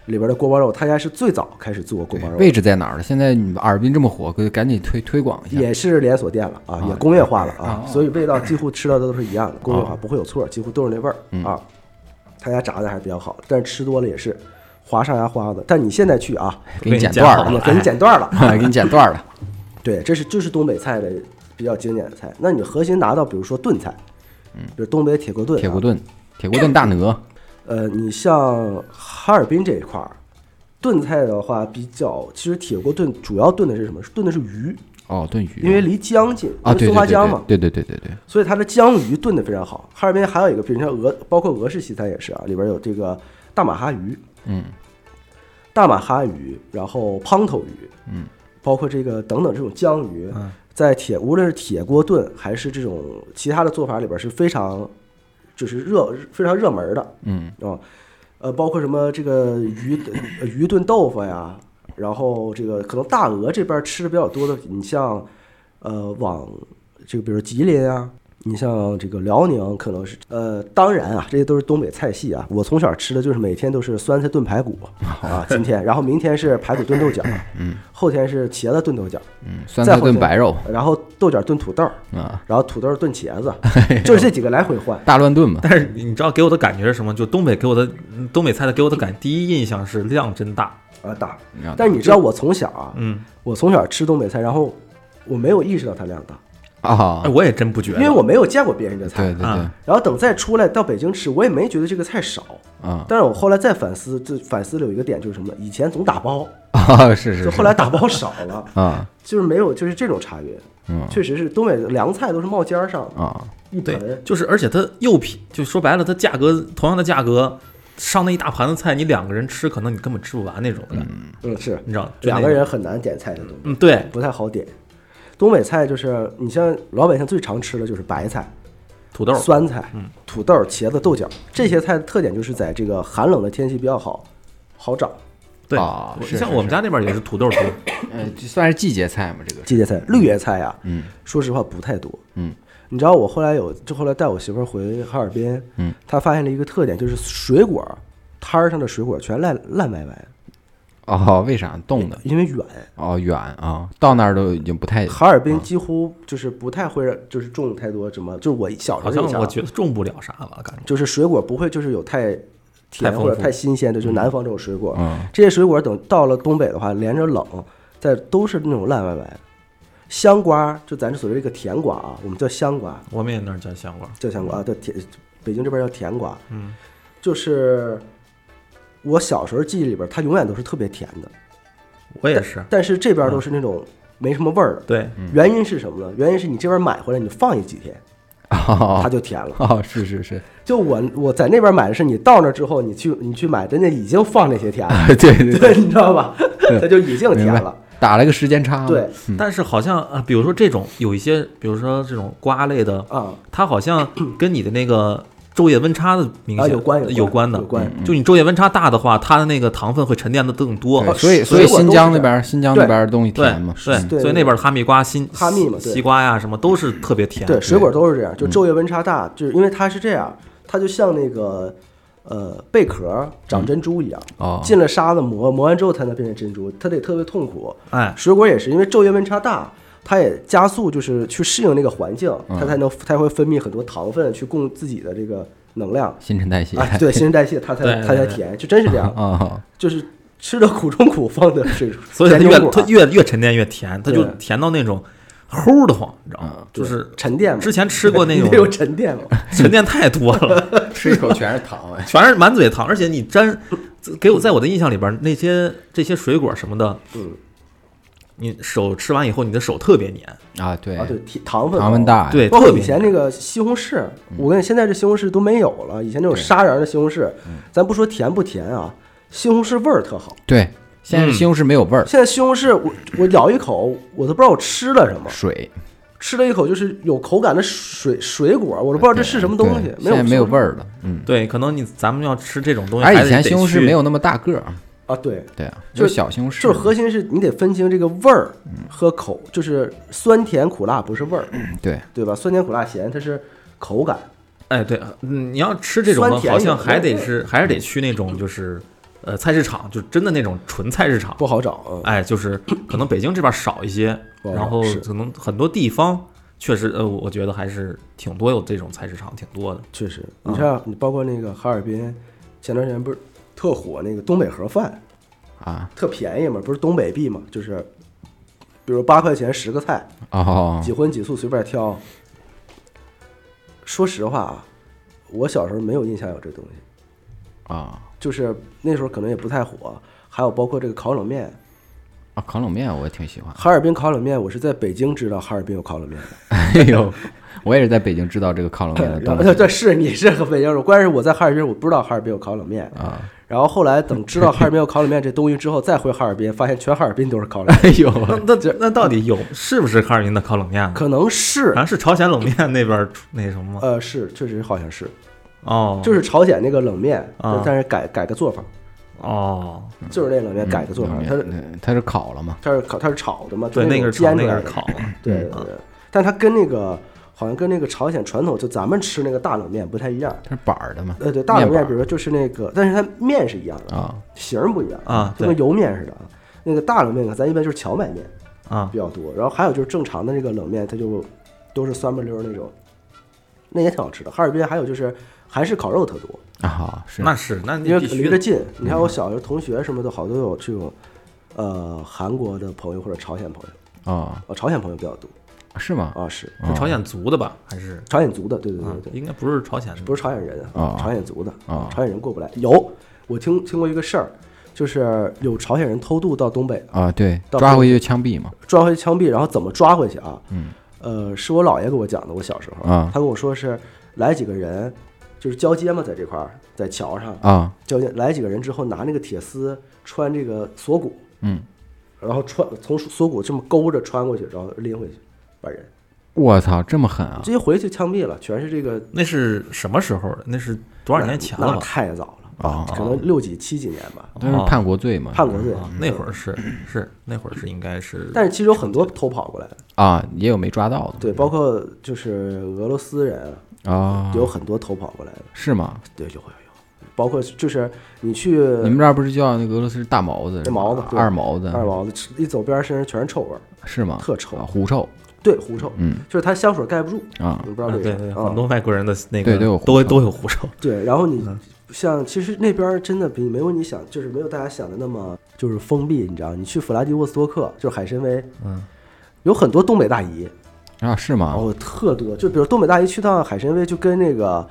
里边的锅包肉，他家是最早开始做锅对包，肉的，位置在哪儿呢？现在你们哈尔滨这么火，可赶紧推推广一下。也是连锁店了啊，也工业化了啊，所以味道几乎吃到的都是一样的，工业化不会有错，几乎都是那味儿啊。他家炸的还是比较好，但是吃多了也是划上牙花子。但你现在去啊，给你给你剪剪段好儿也了，给你剪段儿了。哎 给你剪段儿了。 对，啊这是这是东北菜的比较经典的菜。那你核心拿到，比如说炖菜，嗯，比如东北铁锅炖、铁锅。炖，铁锅炖大鹅。呃，你像哈尔滨这一块儿，炖菜的话比较，其实铁锅炖主要炖的是什么？是炖的是鱼，哦，炖鱼。因为离江近，啊，因为对对松花对江嘛，对对对对对对，所以它的江鱼炖的非常好。哈尔滨还有一个，比如像俄，包括俄式西餐也是啊，里边有这个大马哈鱼，嗯，大马哈鱼，然后胖头鱼，嗯，包括这个等等这种江鱼，嗯在铁无论是铁锅炖还是这种其他的做法里边是非常就是热非常热门的，嗯啊、呃，包括什么这个鱼呃鱼炖豆腐呀，然后这个可能大鹅这边吃的比较多的，你像呃往这个比如吉林啊，你像这个辽宁可能是呃，当然啊，这些都是东北菜系啊。我从小吃的就是每天都是酸菜炖排骨啊，今天，然后明天是排骨炖豆角，嗯，后天是茄子炖豆角，嗯，酸再菜后炖天白肉然后豆角炖土豆，啊，哎然后土豆炖茄子，就是这几个来回换。大乱 炖嘛。但是你知道给我的感觉是什么？就东北给我的嗯东北菜的给我的感第一印象是量真大，啊大。你知道吗但是你知道我从小啊，嗯，我从小吃东北菜，然后我没有意识到它量大，啊哎，，我也真不觉得，因为我没有见过别人的对菜。对对啊，然后等再出来到北京吃，我也没觉得这个菜少。啊但是我后来再反思，这反思了有一个点就是什么？以前总打包，啊， 是是就是后来打包少了， 啊就是没有就是这种差别。嗯确实是东北凉菜都是冒尖儿上啊，一嗯对盆，，就是而且它又便，就说白了，它价格同样的价格，上那一大盘子菜，你两个人吃，可能你根本吃不完那种的，嗯是你知道？就那两种个，人很难点菜的东西，嗯，对，不太好点。东北菜就是你像老百姓最常吃的就是白菜，土豆，嗯酸菜、土豆、茄子、豆角这些菜的特点就是在这个寒冷的天气比较好，好长。对，啊我是像是我们家那边也是土豆多，呃，这算是季节菜嘛，这个是季节菜、绿叶菜呀、嗯说实话不太多。嗯，你知道我后来有，就后来带我媳妇儿回哈尔滨，嗯，她发现了一个特点，就是水果摊儿上的水果全烂烂歪歪，哦，为啥冻的？因为远，哦，远啊，到那儿都已经不太哈尔啊滨几乎就是不太会让就是种太多什么，就是我小时好候像印象我啊觉得种不了啥了，感觉。就是水果不会就是有太甜太丰或者富太新鲜的，就是南方这种水果，嗯这些水果等到了东北的话，连着冷，在都是那种烂歪歪的。香瓜就咱这所谓这个甜瓜啊，我们叫香瓜，我们也那儿叫香瓜，叫香瓜啊，叫甜，北京这边叫甜瓜。嗯，就是我小时候记忆里边，它永远都是特别甜的，我也是，但是这边都是那种嗯没什么味儿的。对，原因是什么呢？原因是你这边买回来，你放一几天，它哦就甜了。哦，是是是，就我我在那边买的是，你到那儿之后，你去你去买，人家已经放那些甜 了，对对对，对，你知道吧？ 它就已经明甜白啊了。，打了个时间差嘛，对但是好像啊，比如说这种有一些，比如说这种瓜类的，啊，它好像跟你的那个昼夜温差的明显、啊有关有关有关的有关嗯就你昼夜温差大的话，它的那个糖分会沉淀的更多。对，对所以所水以果都新疆是那这样边新疆那对边儿东西对甜嘛，嗯对对所以那边的哈密瓜、新哈密嘛对西瓜呀什么都是特别甜。对，水果都是这样，嗯就昼夜温差大，就是因为它是这样，它就像那个呃贝壳嗯长珍珠一样，哦进了沙子磨磨完之后才能变成珍珠，它得特别痛苦。哎，水果也是，因为昼夜温差大，它也加嗯速就是去适应那个环境，它才能它会分泌很多糖分去供自己的这个能量新陈代谢 啊，对，新陈代谢它才对对它才对甜，就真是这样， 啊，就是吃的苦中苦，方得是所以它甜中越苦啊它越越沉淀越甜，它就对嗯甜到那种齁的慌，你知道吗？就对是沉淀嘛，之前 吃过那你得有种沉淀嘛，沉淀太多了，吃一口全是糖哎。全是满嘴糖，而且你沾，给我在我的印象里边，那些这些水果什么的，嗯你手吃完以后，你的手特别黏，啊，对啊，对，甜糖分糖分高。大，对，包括特以别前那个西红柿，我跟你现在这西红柿都没有了。以前那种对沙瓤的西红柿，咱不说甜不甜啊，西红柿味儿特好。对，现嗯在西红柿没有味儿，现在西红柿，我我咬一口，我都不知道我吃了什么，水吃了一口就是有口感的水水果，我都不知道这是什么东西对，没现在有没有味儿儿了，嗯。对，可能你咱们要吃这种东西，而还以得前得西红柿去没有那么大个儿，啊。对，对啊，就是小西红柿，就是核心是你得分清这个味儿和口，就是酸甜苦辣不是味儿，对对吧？酸甜苦辣咸它是口感，哎，对，嗯你要吃这种酸的，甜好有像还得味儿是还是得去那种就是呃菜市场，就真的那种纯菜市场。不好找。嗯，哎，就是可能北京这边少一些，哦然后是可能很多地方确实呃，我觉得还是挺多有这种菜市场，挺多的。确实，你像你包括那个哈尔滨，前段时间不是特火那个东北盒饭，啊，特便宜嘛，不是东北币嘛，就是比如八块钱十个菜，哦，几荤几素随便挑。说实话啊，我小时候没有印象有这东西，啊就是那时候可能也不太火。还有包括这个烤冷面，啊，烤冷面我也挺喜 欢。哈尔滨烤冷面，我是在北京知道哈尔滨有烤冷面的。哎呦，我也是在北京知道这个烤冷 面呃的然东后西对，是你是个北京人，关键是我在哈尔滨，我不知道哈尔滨有烤冷面。啊。然后后来等知道哈尔滨有烤冷面这东西之后，再回哈尔滨，发现全哈尔滨都是烤冷面。哎呦，那那那到底有 是不是哈尔滨的烤冷面呢？ 可能是好，像是朝鲜冷面 那边儿出那什么吗？呃，是，确实好像是，哦，就是朝鲜那个冷面，啊但是改改个做法，哦，就是那冷面改个做法，它是嗯它是烤了嘛？它是烤它是炒的嘛，对，那那个是炒，煎那个的是，烤嗯啊的。 对对对，但它跟那个好像跟那个朝鲜传统就咱们吃那个大冷面不太一样，它是板儿的嘛？呃，对，大冷面面板比如说就是那个，但是它面是一样的，啊形儿不一样啊就跟油面似的啊。那个大冷面呢，咱一般就是荞麦面啊比较多，然后还有就是正常的那个冷面，它就都是酸不溜儿那种，那也挺好吃的。哈尔滨还有就是韩式烤肉特多。啊，好是那是那因为你必须离着的嗯近，你看我小时候同学什么的，好多有这种，呃，韩国的朋友或者朝鲜朋友，哦，哦，朝鲜朋友比较多是吗？啊，是是朝鲜族的吧？还是朝鲜族的，对对嗯，对对应该不是朝鲜的对，不是朝鲜人哦啊，朝鲜族的哦朝鲜人过不来。有，我听听过一个事儿，就是有朝鲜人偷渡到东北，啊，对，到抓回去就枪毙嘛。抓回去枪毙，然后怎么抓回去啊？嗯，呃，是我姥爷给我讲的，我小时候，啊他跟我说是来几个人，就是交接嘛，在这块儿，在桥上，啊，交接来几个人之后，拿那个铁丝穿这个锁骨，嗯，然后穿从锁骨这么勾着穿过去，然后拎回去，把人我操，这么狠啊！这一回去枪毙了，全是这个那是什么时候的？那是多少年前了那吧？太早了哦可能六几七几年吧，这是叛国罪嘛？叛国罪。啊，那会儿是是那会儿是应该是但是其实有很多偷跑过来的，啊，也有没抓到的对，包括就是俄罗斯人啊？有很多偷跑过来的，是吗？对，有有有，包括就是你去你们这儿不是叫那个俄罗斯大毛子是吧？呃毛子对二毛子，二毛子一走边儿身上全是臭味儿，是吗？特臭啊狐臭对，狐臭，嗯，就是它香水盖不住，啊我不知道啊为对啥对，啊很多嗯外国人的那对个都有狐都臭都有狐臭。对，然后你像其实那边儿真的比没有你想，就是没有大家想的那么就是封闭，你知道？你去弗拉迪沃斯托克，就是海参崴，嗯，有很多东北大姨，啊？是吗？哦，特多。就比如东北大姨去趟海参崴，就跟那个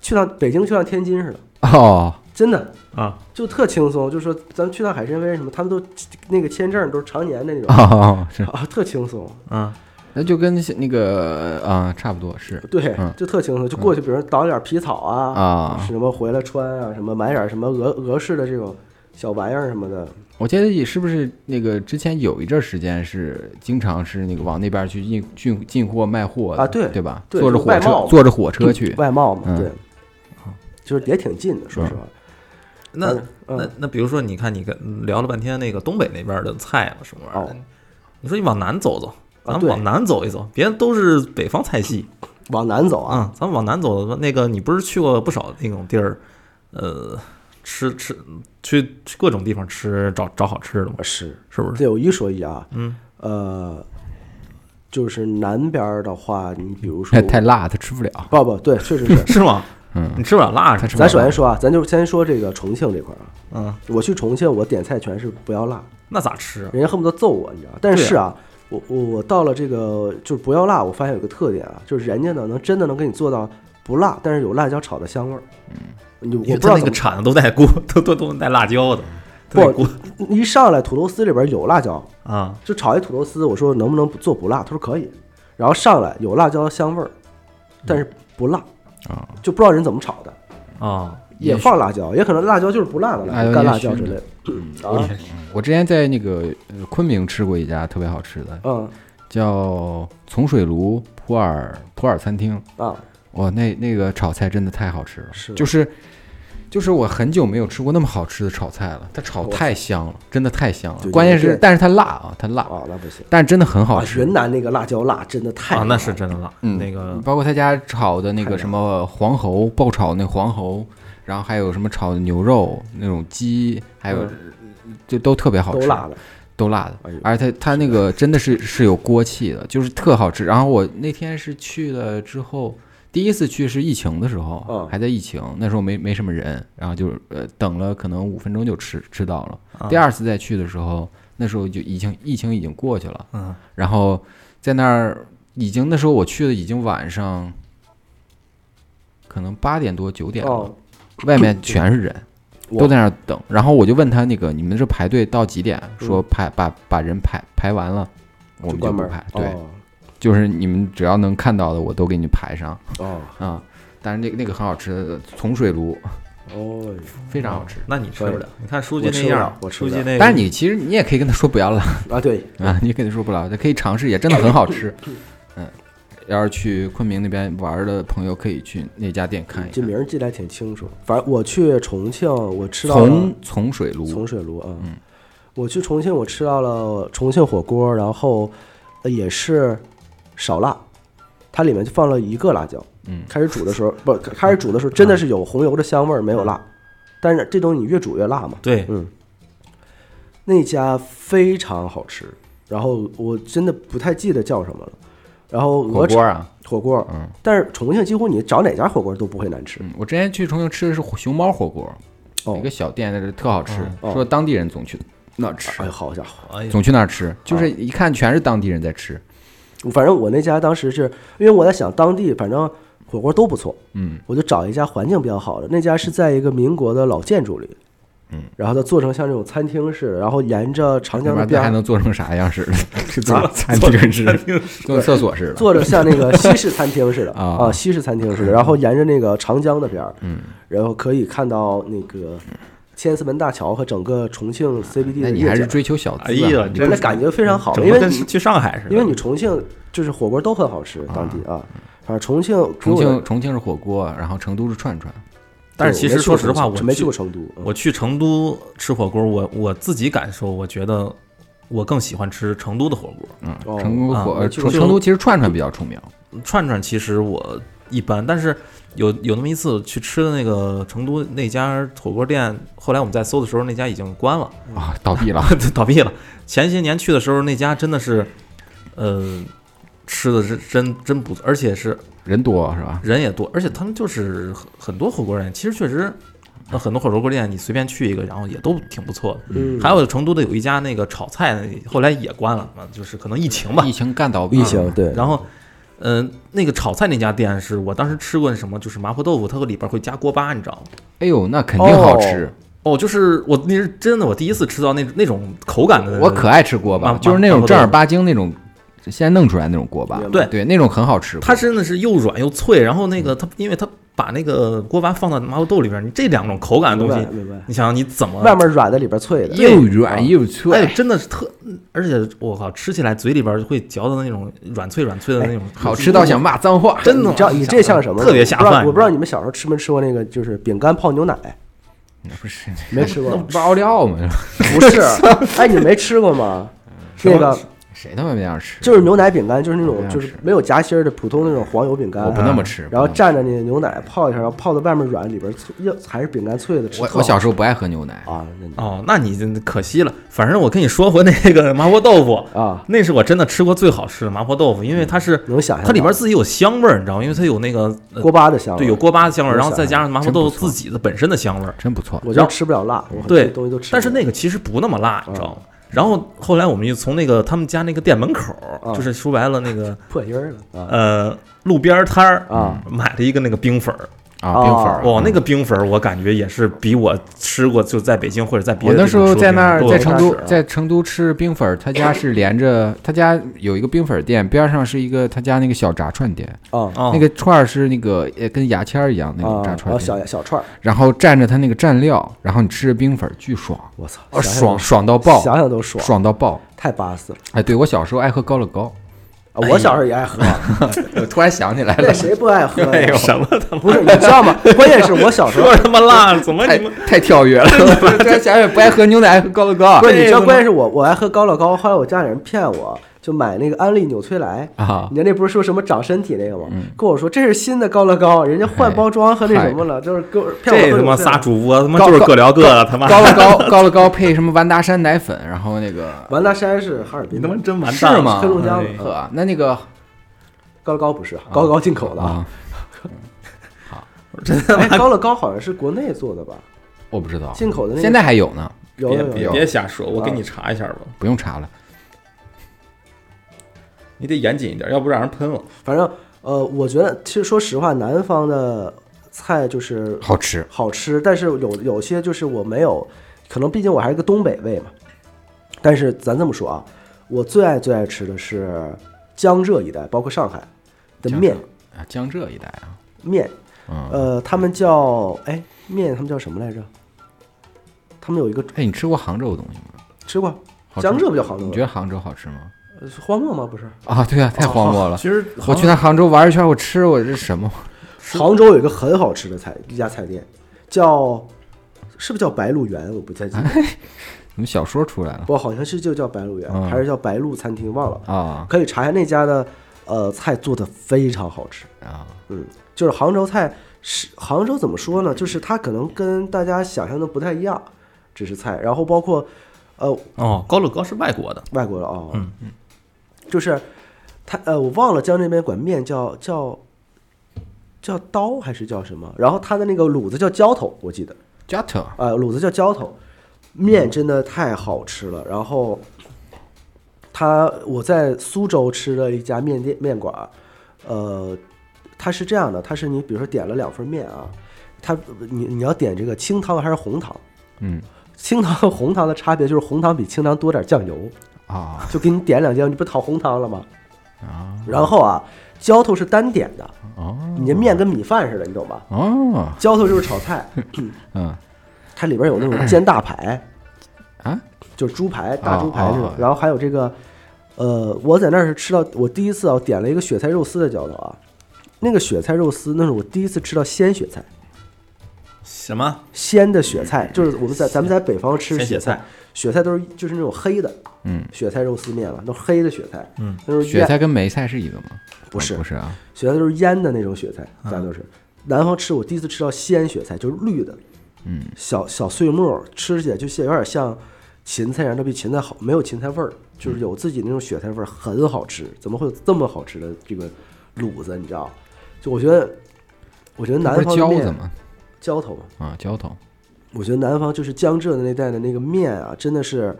去趟北京去趟天津似的，哦，真的啊，就特轻松。就说咱们去趟海参崴什么，他们都那个签证都是常年的那种。哦，是，啊，特轻松，嗯，那就跟那个啊差不多是对嗯，就特轻松，就过去，比如倒点儿皮草啊，啊。什么回来穿啊，什么买点儿什么俄俄式的这种小玩意儿什么的，我记得也是不是那个之前有一阵儿时间是经常是那个往那边去进进进货卖货的啊对对吧？对坐着就火外贸车嘛坐着火车去外贸嘛，嗯对，就是也挺近的，说实话。那嗯那那比如说，你看你跟嗯聊了半天那个东北那边的菜啊什么玩意儿哦的，你说你往南走走，啊咱们对往南走一走，别的都是北方菜系往南走啊，啊，咱们往南走走，那个你不是去过不少那种地儿，呃，吃吃去去各种地方吃找找好吃的吗？啊是是不是？这有一说一啊，嗯，呃，就是南边儿的话，你比如说 太太辣，他吃不了 不不对，确实是是吗？嗯，你吃不了辣他是吃吧？不了咱首先说啊，咱就先说这个重庆这块儿啊。嗯，我去重庆，我点菜全是不要辣，那咋吃啊？人家恨不得揍我，你知道吗？但是啊，我我我到了这个就是不要辣，我发现有个特点啊，就是人家呢能真的能给你做到不辣，但是有辣椒炒的香味儿。嗯，你我因为不知他道那怎个么铲子都带锅， 都都都带辣椒的，都带不锅一上来土豆丝里边有辣椒，啊，就炒一土豆丝，我说能不能不做不辣？他说可以。然后上来有辣椒的香味儿，但是不辣，啊，就不知道人怎么炒的，啊，也也许放辣椒，也可能辣椒就是不辣的辣椒辣椒，干也辣椒许呢之类的。我啊，我之前在那个呃昆明吃过一家特别好吃的，嗯叫从水炉普洱普洱餐厅。啊，哇，那那个炒菜真的太好吃了，是就是就是我很久没有吃过那么好吃的炒菜了，它炒太香了，真的太香了对。关键对是，对但是它辣啊，它辣，啊，那不行。但是真的很好啊，吃。云南那个辣椒辣真的太啊，辣那是了真的辣。嗯那个包括他家炒的那太个辣什么黄喉爆炒那黄喉，然后还有什么炒的牛肉那种鸡，还有就都特别好嗯都吃，辣的。都辣的哎呦，而且它它那个真的是是有锅气的，就是特好吃。然后我那天是去了之后，第一次去是疫情的时候嗯，还在疫情，那时候没没什么人，然后就是呃等了可能五分钟就吃吃到了。嗯啊第二次再去的时候，那时候就已经疫情已经过去了，嗯，然后在那儿已经那时候我去的已经晚上，可能八点多九点了，哦，外面全是人， 哇都在那儿等。然后我就问他那个你们这排队到几点？说排把把人排排完了，我嗯就们关就不门排儿。。对，哦就是你们只要能看到的，我都给你排上哦啊。但是那个那个很好吃，呃从水炉哦，非常好吃。那你吃不了。你看书记我那吃不样了，我吃书不记了那个，但是你其实你也可以跟他说不要辣啊对，啊，你肯定说不了，可以尝试，也真的很好吃。嗯，要是去昆明那边玩的朋友，可以去那家店看一这看。名儿记得还挺清楚。反正我去重庆，我吃到了从嗯从水炉从水炉啊，我去重庆，我吃到了重庆火锅，然后呃也是少辣，它里面就放了一个辣椒。嗯，开始煮的时候不，开始煮的时候真的是有红油的香味儿，没有嗯辣。但是这东西你越煮越辣嘛，对，嗯，那家非常好吃，然后我真的不太记得叫什么了。然后火鹅锅炒啊，火锅，嗯但是重庆几乎你找哪家火锅都不会难吃。嗯，我之前去重庆吃的是熊猫火锅，哦一个小店，但是特好吃，哦说当地人总去那儿吃，哎呦，好家伙！哎 呀，总去那儿吃，就是一看全是当地人在吃。反正我那家当时是因为我在想当地，反正火锅都不错，嗯，我就找一家环境比较好的。那家是在一个民国的老建筑里，嗯，然后它做成像这种餐厅似的，然后沿着长那江边的哦边还儿，能做成啥样似 的？是 做餐厅似的，做厕所似的。做着像那个西式餐厅似的啊啊，西式餐厅似的，然后沿着那个长江的边儿，嗯，然后可以看到那个千厮门大桥和整个重庆 CBD 那的你夜还是景，追求小资哎呀啊？你真真的感觉非常好，整因个为跟你去上海似的。因为你重庆就是火锅都很好吃，当地啊，反正重庆给重我的庆重庆是火锅，然后成都是串串。但是对其我没实去过说实话，重我庆没去去过成都，嗯我去成都吃火锅，我我自己感受，我觉得我更喜欢吃成都的火锅。嗯，哦成都啊火我去成过成都其实串串比较出名。串串其实我一般，但是有有那么一次去吃的那个成都那家火锅店，后来我们在搜的时候，那家已经关了，啊，倒闭了。 倒闭了。前些年去的时候，那家真的是，呃，吃的是真真不错，而且是人多是吧？人也多，而且他们就是很很多火锅店，其实确实，呃很多火锅店你随便去一个，然后也都挺不错的。嗯还有成都的有一家那个炒菜的，后来也关了，啊就是可能疫情吧疫。情干倒闭了疫情对，啊然后，呃，那个炒菜那家店是我当时吃过什么，就是麻婆豆腐，它里边会加锅巴，你知道吗？哎呦，那肯定好吃。哦，就是我那是真的，我第一次吃到那那种口感的。我可爱吃锅巴，麻就是那种麻婆豆正腐儿八经那种先弄出来那种锅巴。对对，那种很好吃。它真的是又软又脆，然后那个它，因为它把那个锅巴放到麻婆豆里边，你这两种口感的明东白西，明白，你想想你怎么外面软的，里边脆的，又软又哎，脆，真的是特，嗯而且我靠，吃起来嘴里边儿会嚼到那种软脆软脆的那种，哎好吃到想骂脏话。真的你知道你这像什么呢？特别下我不知道饭我不知道你们小时候吃没吃过那个，就是饼干泡牛奶，不是， 没吃过那不是奥利奥吗？不是？哎，你没吃过吗？么那个谁他妈那样吃？就是牛奶饼干，就是那我不种想就是吃没有夹心儿的普通那种黄油饼干，啊我不那么吃然后不那么吃蘸着那牛奶泡一下，然后泡的外面软，里边脆，要还是饼干脆的。吃我特我小好时候不爱喝牛奶，啊，那你哦，那你真的可惜了。反正我跟你说回那个麻婆豆腐，啊，那是我真的吃过最好吃的麻婆豆腐，因为它是能想象它里边到自己有香味儿，你知道吗？因为它有那个、呃锅巴的香味，对有锅巴的香味我儿，然后想再加上麻婆真豆不腐自己的本身的香味儿。真不错。我然就后吃不了辣，我很多对东西都吃不了。但是那个其实不那么啊辣，你知道吗？然后后来我们就从那个他们家那个店门口儿，啊就是说白了那个破音儿了啊呃路边儿摊儿啊，买了一个那个冰粉儿。啊，哦冰粉儿，哇，那嗯个冰粉儿我感觉也是比我吃过就在北京或者在别我的那地时方候吃过在那儿，冰在粉儿成都都有，在成都吃冰粉儿，他家是连着，他家有一个冰粉儿店，边上是一个他家那个小炸串店，啊哦那个串儿是那个呃跟牙签儿一样那种炸啊串店，小小串儿，然后蘸着他那个蘸料，然后你吃着冰粉儿巨爽，我操，啊想想爽都爽到爆，想想都爽，爽到爆！太巴适了。哎，对我小时候爱喝高乐高，哎啊我小时候也爱喝， 我突然想起来那了，谁不爱喝哎呀？哎什么他妈不是你知道吗？关键是我小时候说，他妈辣，怎 么太你们太跳 跃了，我突然想起来不爱喝牛奶，爱喝高乐高啊 不是你知这道，个关键是我我爱喝高乐高，后来我家里人骗我，就买那个安利纽崔莱。啊你看那不是说什么长身体那个吗？跟我说这是新的高乐高，人家换包装和那什么了，就是跟我骗我这喝纽他妈崔莱仨主播他妈高就是高各聊各的，他妈高乐高高乐高 配什么完达山奶粉，然后那个完达山是哈尔滨你的他，妈真完是蛋了吗黑龙江哎的，呵，啊那那个高乐高不是，高乐高进口的啊。啊，哎，高乐高好像是国内做的吧？我不知道，进口的那个啊现在还有啊呢，有有别有别有，瞎说，我给你查一下吧，不用查了。你得严谨一点，要不让人喷我。反正呃，我觉得其实说实话，南方的菜就是好吃，好吃，但是有有些就是我没有，可能毕竟我还是个东北胃嘛。但是咱这么说啊，我最爱最爱吃的是江浙一带，包括上海的面啊，江浙一带啊，面，嗯，呃，他们叫哎面，他们叫什么来着？他们有一个哎，你吃过杭州的东西吗？吃过好吃江浙比较好弄你觉，得杭州好吃吗？呃是荒漠吗？不是，啊，对啊，太荒漠了。哦其实我去趟杭州玩一圈，我吃我这什么？杭州有一个很好吃的菜，一家菜店叫是不是叫白鹿原？我不太记得， 怎么小说出来了不好像是就叫白鹿原，嗯还是叫白鹿餐厅忘了。啊可以查一下那家的呃菜做的非常好吃，啊？嗯，就是杭州菜是杭州怎么说呢？就是它可能跟大家想象的不太一样，这是菜，然后包括呃哦，高乐高是外国的，外国的哦，嗯嗯，就是它呃我忘了江这边管面叫叫叫刀还是叫什么，然后它的那个卤子叫浇头，我记得，加特呃卤子叫浇头，面嗯真的太好吃了，然后。他我在苏州吃了一家面店面馆儿，呃，它是这样的，它是你比如说点了两份面啊，它你你要点这个清汤还是红汤？嗯， 清汤和红汤的差别就是红汤比清汤多点酱油，啊就给你点两酱，你不讨红汤了吗？啊然后啊，浇头是单点的，哦你这面跟米饭似的，你懂吧？哦，浇头就是炒菜，嗯它里边有那种煎大排，啊就是猪排、大猪排那种，哦哦然后还有这个，呃，我在那儿是吃到我第一次啊，我点了一个雪菜肉丝的浇头啊，那个雪菜肉丝那是我第一次吃到鲜雪菜，什么鲜的雪嗯菜，就是我们在咱们在北方吃鲜雪雪菜，菜？雪菜都是就是那种黑的嗯，雪菜肉丝面了，都是黑的雪菜，嗯，那时候雪菜跟梅菜是一个吗？不是不是啊，雪菜都是腌的那种雪菜，嗯咱都是。南方吃，我第一次吃到鲜雪菜，就是绿的，嗯，小小碎末，吃起来就像有点像芹菜一样，但比芹菜好，没有芹菜味儿，嗯就是有自己那种雪菜味儿，很好吃。怎么会有这么好吃的这个卤子？你知道？就我觉得，我觉得那不南是方的浇面子？吗？浇头嘛，啊，浇头我觉得南方就是江浙的那带的那个面啊，真的是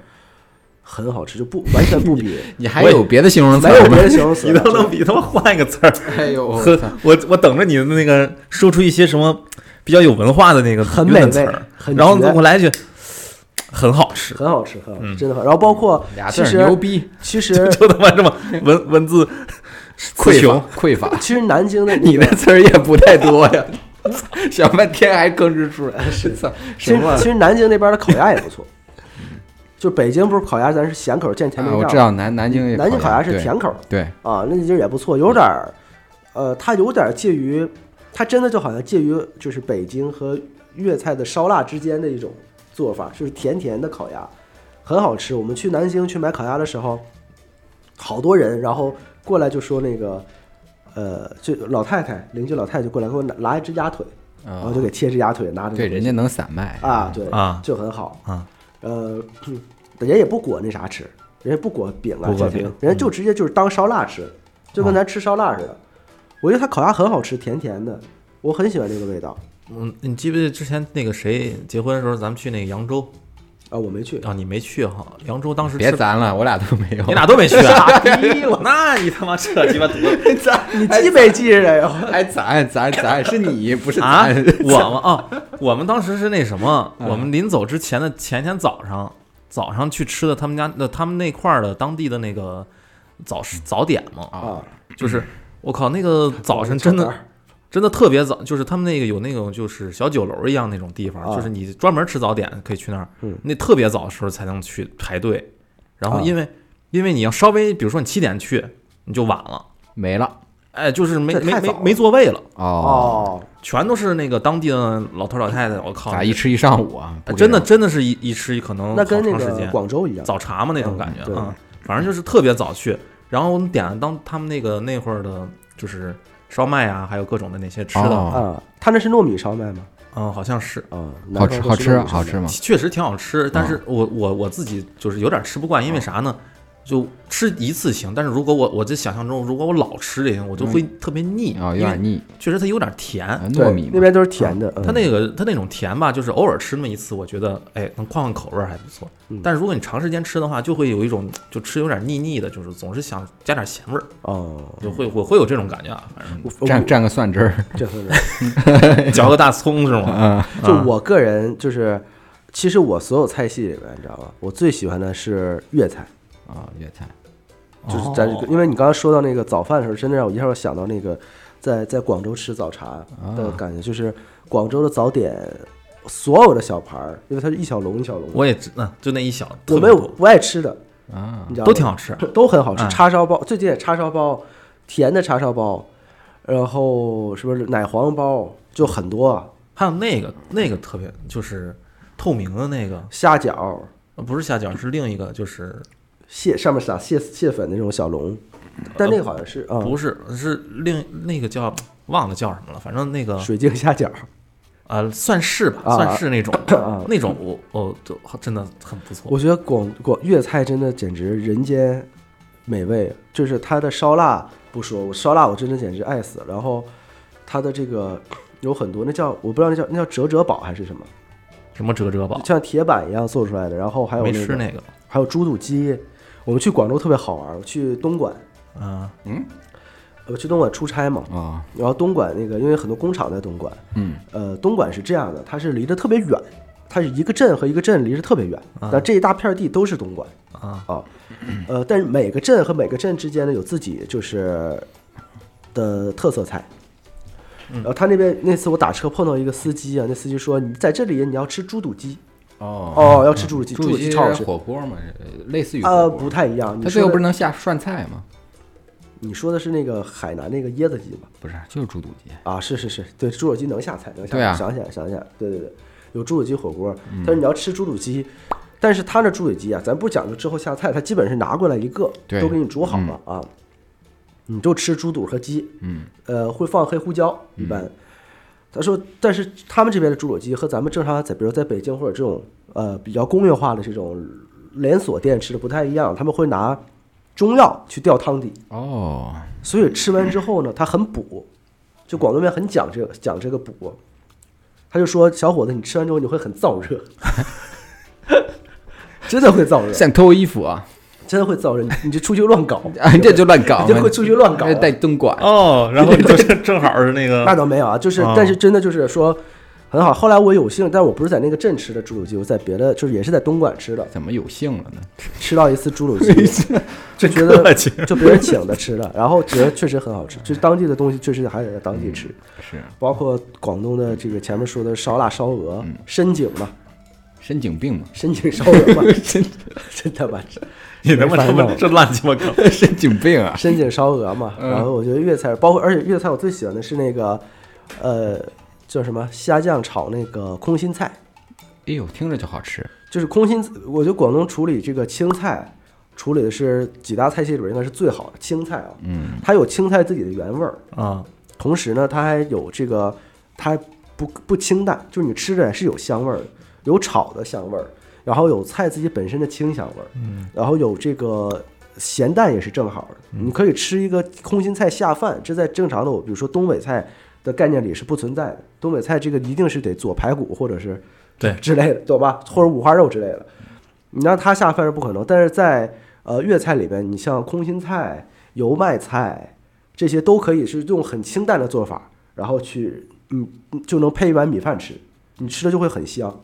很好吃，就不完全不比，你还有别的形容词没有别吗？的形容词你了。都能比他妈换一个词 儿，哎呦，我呵，我我等着你的那个说出一些什么比较有文化的那个很有点美味词儿很然后绝我来一句，很好吃， 很好吃，很好吃，真的很好。然后包括嗯俩字其儿实牛逼，其实就他妈这么文文 字词匮穷乏，匮乏。 其实南京的那 你的个，词儿也不太多呀， 想半天还吭哧出来，是操其什实么玩啊其意儿？实南京那边的烤鸭也不错。 就北京不是烤鸭，咱是咸口儿见甜啊，梅我知酱，道南南京也南京烤鸭是对甜口儿对，啊，那地儿也不错，有点儿，呃，它有点儿介于，它真的就好像介于就是北京和粤菜的烧腊之间的一种做法，就是甜甜的烤鸭，很好吃。我们去南京去买烤鸭的时候，好多人，然后过来就说那个，呃，就老太太邻居老太太就过来给我拿拿一只鸭腿，然后就给切只鸭腿，拿着哦对，人家能散卖啊，，对啊就很好啊，呃， 人家也不裹那啥吃，人家不裹饼啊不裹这些饼嗯人家就直接就是当烧腊吃，就跟咱吃烧腊似哦的。我觉得他烤鸭很好吃，甜甜的，我很喜欢这个味道嗯，你记不记得之前那个谁结婚的时候，咱们去那个扬州啊。我没去，啊？你没去哈？扬州当时别吃，咱了，我俩都没有，你俩都没去 啊？那你他妈扯鸡巴犊子 你记没记着呀？ 哎咱咱咱是你不是 啊！咱，我们啊，我们当时是那什么，嗯我们临走之前的前天早上，早上去吃的他们家那他们那块儿的当地的那个早食早点嘛，啊，就是我靠，那个早晨真的真的特别早，就是他们那个有那种就是小酒楼一样那种地方，啊就是你专门吃早点可以去那儿，嗯那特别早的时候才能去排队，然后啊因为、因为你要稍微比如说你七点去你就晚了，没了哎，就是没这没太早没了没座位了，哦，哦，全都是那个当地的老头老太太，我靠，咋一吃一上午啊？哎不给真的人真的是一一吃一可能哦那跟那好长时个间广州一样，早茶嘛那种感觉嗯对啊、反正就是特别早去。然后我们点了当他们那个那会儿的，就是烧麦啊，还有各种的那些吃的，哦啊，他那是糯米烧麦吗？嗯，好像是，啊，好南吃方好都吃糯米烧好麦吃吗？确实挺好吃。哦但是我我我自己就是有点吃不惯，因为啥呢？就吃一次行，但是如果我我这想象中，如果我老吃这些，我就会特别腻啊，有因为点腻，确实它有点甜啊，对糯米嘛那边都是甜的，嗯它啊那个它那种甜吧，就是偶尔吃那么一次，我觉得哎能换换口味儿还不错嗯。但是如果你长时间吃的话，就会有一种就吃有点腻腻的，就是总是想加点咸味儿，哦，就会我会有这种感觉啊。反正我蘸蘸个蒜汁儿，这分钟嚼个大葱是吗？嗯，就我个人就是，其实我所有菜系里面，你知道吗？我最喜欢的是粤菜，啊，粤菜，就是在哦这个，因为你刚刚说到那个早饭的时候，真的让我一下儿想到那个在在广州吃早茶啊的感觉，就是广州的早点，所有的小盘儿，因为它是一小笼一小笼，我也只嗯，就那一小，我特没别有多不爱吃的，啊，你知道吗都挺好吃。都很好吃，嗯叉烧包最近也叉烧包，甜的叉烧包，然后是不是奶黄包就很多，还有那个那个特别就是透明的那个，虾饺、呃不是虾饺，是另一个，就是蟹上面撒蟹蟹粉那种小笼，但那个好像是啊，呃不是是另那个叫忘了叫什么了，反正那个嗯水晶虾饺啊算是吧，啊算是那种啊。那种我我就真的很不错。我觉得广广粤菜真的简直人间美味，就是它的烧腊不说，我烧腊我真的简直爱死了。然后它的这个有很多，那叫我不知道那叫那叫折折宝还是什么，什么折折宝就，像铁板一样做出来的。然后还有没那吃个那个，还有猪肚鸡。我们去广州特别好玩，我去东莞，嗯，我去东莞出差嘛，啊，然后东莞那个，因为很多工厂在东莞，嗯，呃，东莞是这样的，它是离得特别远，它是一个镇和一个镇离着特别远，啊那、这一大片地都是东莞啊呃，但是每个镇和每个镇之间呢有自己就是的特色菜。嗯然后他那边那次我打车碰到一个司机啊，那司机说你在这里你要吃猪肚鸡哦，哦，要吃猪肚鸡，猪肚肚鸡超好鸡吃。火锅嘛，呃类似于火呃，锅不，太一样，你它最后说不是的能下涮菜吗？你说的是那个海南那个椰子鸡吗？不是，就是猪肚鸡，啊，是是是，对，猪肚鸡能下菜，能下对菜，啊嗯想起来想起来，对对对，有猪肚鸡火锅，但是你要吃猪肚鸡，但是他那猪肚鸡啊，咱不讲究之后下菜，他基本是拿过来一个，对嗯都给你煮好了啊，你就吃猪肚和鸡，嗯，呃，会放黑胡椒嗯一般。他说，但是他们这边的猪肚鸡和咱们正常在，比如在北京或者这种呃比较工业化的这种连锁店吃的不太一样，他们会拿中药去吊汤底，哦，所以吃完之后呢，它很补，就广东面很讲这个讲这个补。他就说：“小伙子，你吃完之后你会很燥热， 真的会燥热，想脱我衣服啊？真的会燥热，你你就出去乱搞 啊，这就乱搞你嘛，就会出去乱搞这带灯管， 哦，然后就是正好是那那 个倒没有啊，就是哦但是真的就是说很好。后来我有幸，但我不是在那个镇吃的猪肚鸡，我在别的就是也是在东莞吃的，怎么有幸了呢？吃到一次猪肚鸡，就觉得客气就别人请的吃的，然后觉得确实很好吃，就是当地的东西确实还得在当地吃。是包括广东的这个前面说的烧腊、烧鹅、深井嘛，神经病嘛，深井烧鹅嘛，真真他妈是你他妈没这烦恼么这乱鸡巴 梗， 神经病啊！深井烧鹅嘛。然后我觉得粤菜，包括而且粤菜我最喜欢的是那个，呃，叫什么虾酱炒那个空心菜，哎呦，听着就好吃，就是空心，我觉得广东处理这个青菜。处理的是几大菜系里边应该是最好的青菜啊，嗯，它有青菜自己的原味儿，啊，同时呢，它还有这个，它还不不清淡，就是你吃着也是有香味儿的，有炒的香味儿，然后有菜自己本身的清香味儿，嗯，然后有这个咸淡也是正好的，你可以吃一个空心菜下饭，这在正常的我比如说东北菜的概念里是不存在的，东北菜这个一定是得做排骨或者是对之类的，懂吧？或者五花肉之类的，你让它下饭是不可能，但是在呃粤菜里边，你像空心菜、油麦菜这些都可以是用很清淡的做法，然后去嗯就能配一碗米饭吃，你吃的就会很香。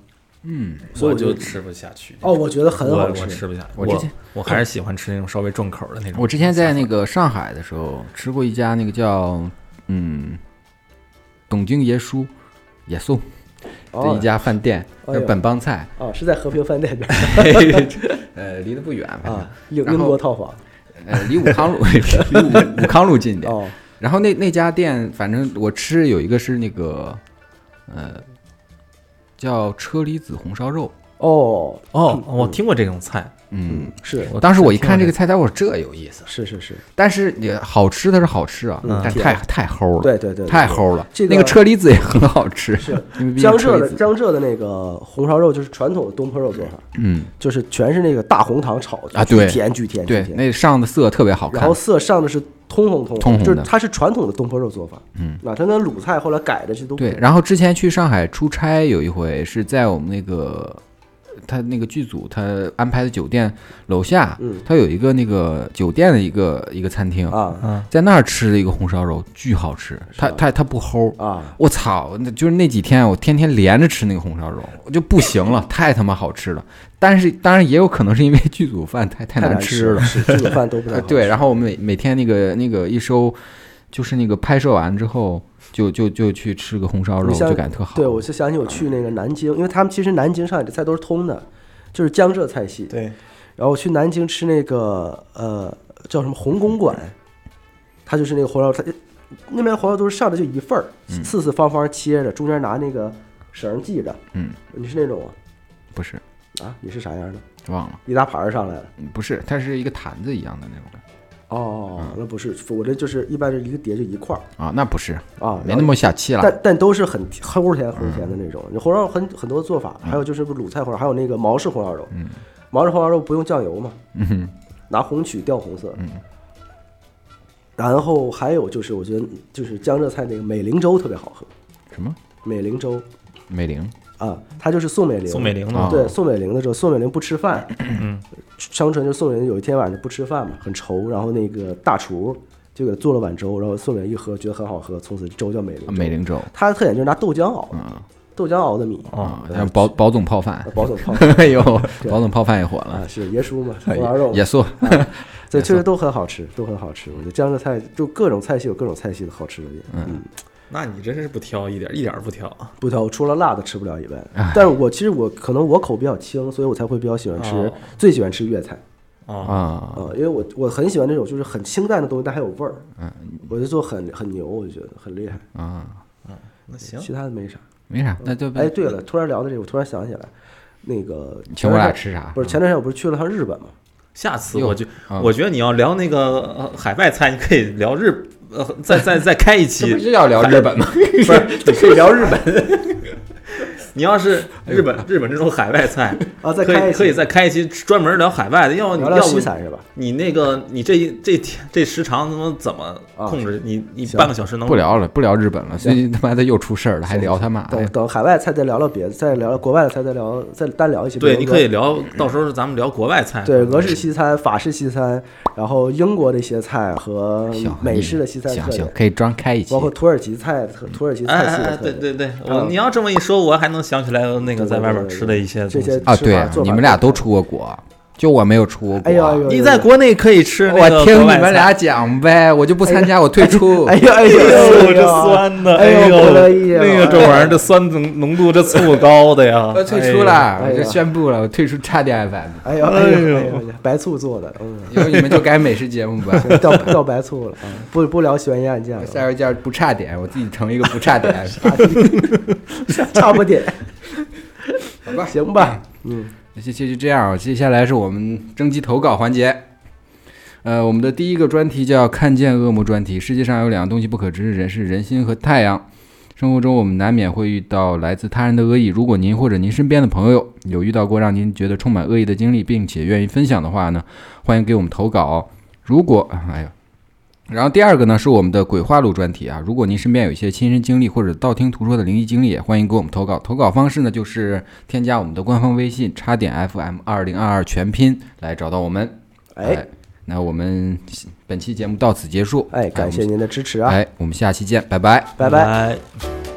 嗯，所以我我就吃不下去。哦，我觉得很好我我吃不下去，我我之前我还是喜欢吃那种稍微重口的那种。我之前在那个上海的时候吃过一家那个叫嗯董京爷叔野颂的哦一家饭店，哎叫呦本帮 菜，啊，是在和平饭店 边儿呃，离得不远，反正啊，英然后英国套房呃，离武康路 离武武康路近一点。哦，然后那那家店，反正我吃有一个是那个呃叫车厘子红烧肉，哦，哦，我听过这种菜，嗯，是我当时我一啊看这听个过菜单，我说这有意思，是是是，但是也好吃，它是好吃啊，嗯但甜太太齁了，对对对，对太齁了。这个那个车厘子也很好吃，是 因为毕竟江车浙厘的子，江浙的那个红烧肉就是传统的东坡肉做法，嗯，就是全是那个大红糖炒的啊对巨甜巨甜巨对，甜，那上的色特别好然看后，色上的是通红通通红的就是它是传统的东坡肉做法，嗯，啊，它跟鲁菜后来改的这都不对。然后之前去上海出差有一回是在我们那个。他那个剧组，他安排的酒店楼下嗯，他有一个那个酒店的一个一个餐厅，啊在那儿吃的一个红烧肉，巨好吃。它它它不齁，啊，我操！那就是那几天，我天天连着吃那个红烧肉，我就不行 了，太他妈好吃了。但是当然也有可能是因为剧组饭太太太难吃吃了，是这个饭都不太呃好对。吃然后我每每天那个那个一收，就是那个拍摄完之后，就就就去吃个红烧肉，你像就感觉特好。对，我就想起我去那个南京，因为他们其实南京、上海的菜都是通的，就是江浙菜系。对，然后我去南京吃那个呃叫什么红公馆，它就是那个红烧，它那边红烧都是上来就一份儿，四四方方切着，中间拿那个绳儿系着。嗯，你是那种不是啊？啊，你是啥样的？忘了，一大盘儿上来了。嗯不是，它是一个坛子一样的那种感觉哦，那不是，我这就是一般是一个碟就一块儿啊，那不是，啊，没那么下气了。但但都是很齁甜齁甜的嗯那种。红烧肉很很多做法，还有就是鲁菜红烧，还有那个毛氏红烧肉。毛氏红烧肉不用酱油嘛，嗯哼，嗯拿红曲调红色。然后还有就是，我觉得就是江浙菜那个美龄粥特别好喝，什么美龄粥美玲？啊，它就是宋美龄，宋美龄的啊嗯对，宋美龄的时候，宋美龄不吃饭，相传就宋美龄有一天晚上就不吃饭嘛，很愁，然后那个大厨就给她做了碗粥，然后宋美龄一喝觉得很好喝，从此粥叫美龄啊粥。美玲粥它的特点就是拿豆浆熬的，豆浆熬的米，啊，像保保总泡饭呃，哦保总泡 哎呦，保总泡饭也火了啊，。是爷叔嘛，红烧肉嘛也，素，对，确实都很好吃，都很好吃。我觉得江浙菜就各种菜系有各种菜系的好吃的地方，嗯，那你真是不挑，一点一点儿不挑。啊不挑，除了辣的吃不了以外，但是我其实我可能我口比较轻，所以我才会比较喜欢吃哦，最喜欢吃粤菜。哦，啊，啊，因为我我很喜欢那种就是很清淡的东西，但还有味儿。嗯，我就做很很牛，我就觉得很厉害。那行，其他的没啥。啊没啥，那就哎，对了，突然聊到这个，我突然想起来，那个请前我段俩时吃啥？不是前段时间我不是去了趟日本嘛？下次哟我就啊我觉得你要聊那个呃海外菜，你可以聊日，呃，再再再开一这不期。是要聊日本吗？不是，可以聊日本。你要是日本日本这种海外菜啊再可开一以期可以再开一期专门聊海外的，要聊要聊不西餐是吧？你那个你这一这天这时长他妈怎么啊控制？你你行半个小时 能不聊了，不聊日本了，最近他妈的又出事儿了，还聊他哎妈等的。等海外菜再聊聊别的，再聊聊国外的菜，再聊再单聊一期。对，比你如说可以聊，到时候咱们聊国外菜。对俄式西餐、法式西餐，然后英国的一些菜和行，美你式的西餐行特行点，，可以专开一期包。括土耳其菜、土耳其哎菜系哎的哎，特对点。对对，啊我你要这么一说，我还能想起来那对个对在外边对对吃的一些这东些西。啊，吃对法啊，做法你们俩都都不出过国，就我没有出过哎呦哎国。呦，你在国内可以吃那个我听国你外们菜俩讲呗，我就不参加，我退出。哎呦哎呦，哎呦，哎这呦酸的，哎呦，不乐意啊那个这玩意儿，这酸浓浓度，这醋高 的呀， 我退出了，哎我呦就宣布了，我退出差点 FM。哎呦哎呦哎呦，白醋做的，嗯，以后你们就改美食节目 吧。掉掉白醋了，啊，不不聊悬疑案件我了，下回叫不差点，我自己成一个不差点。差不点，好吧，行吧，嗯，就就就这样啊，接下来是我们征集投稿环节。呃，我们的第一个专题叫“看见恶魔”专题。世界上有两样东西不可直视，人是人心和太阳。生活中我们难免会遇到来自他人的恶意。如果您或者您身边的朋友有遇到过让您觉得充满恶意的经历，并且愿意分享的话呢，欢迎给我们投稿。哦如果，哎呀，然后第二个呢是我们的鬼话录专题啊。如果您身边有一些亲身经历或者道听途说的灵异经历，也欢迎给我们投稿。投稿方式呢就是添加我们的官方微信“叉点 FM 二零二二”全拼来找到我们。哎，那我们本期节目到此结束。哎哎，感谢您的支持啊，哎，我们下期见，拜拜。拜拜。拜。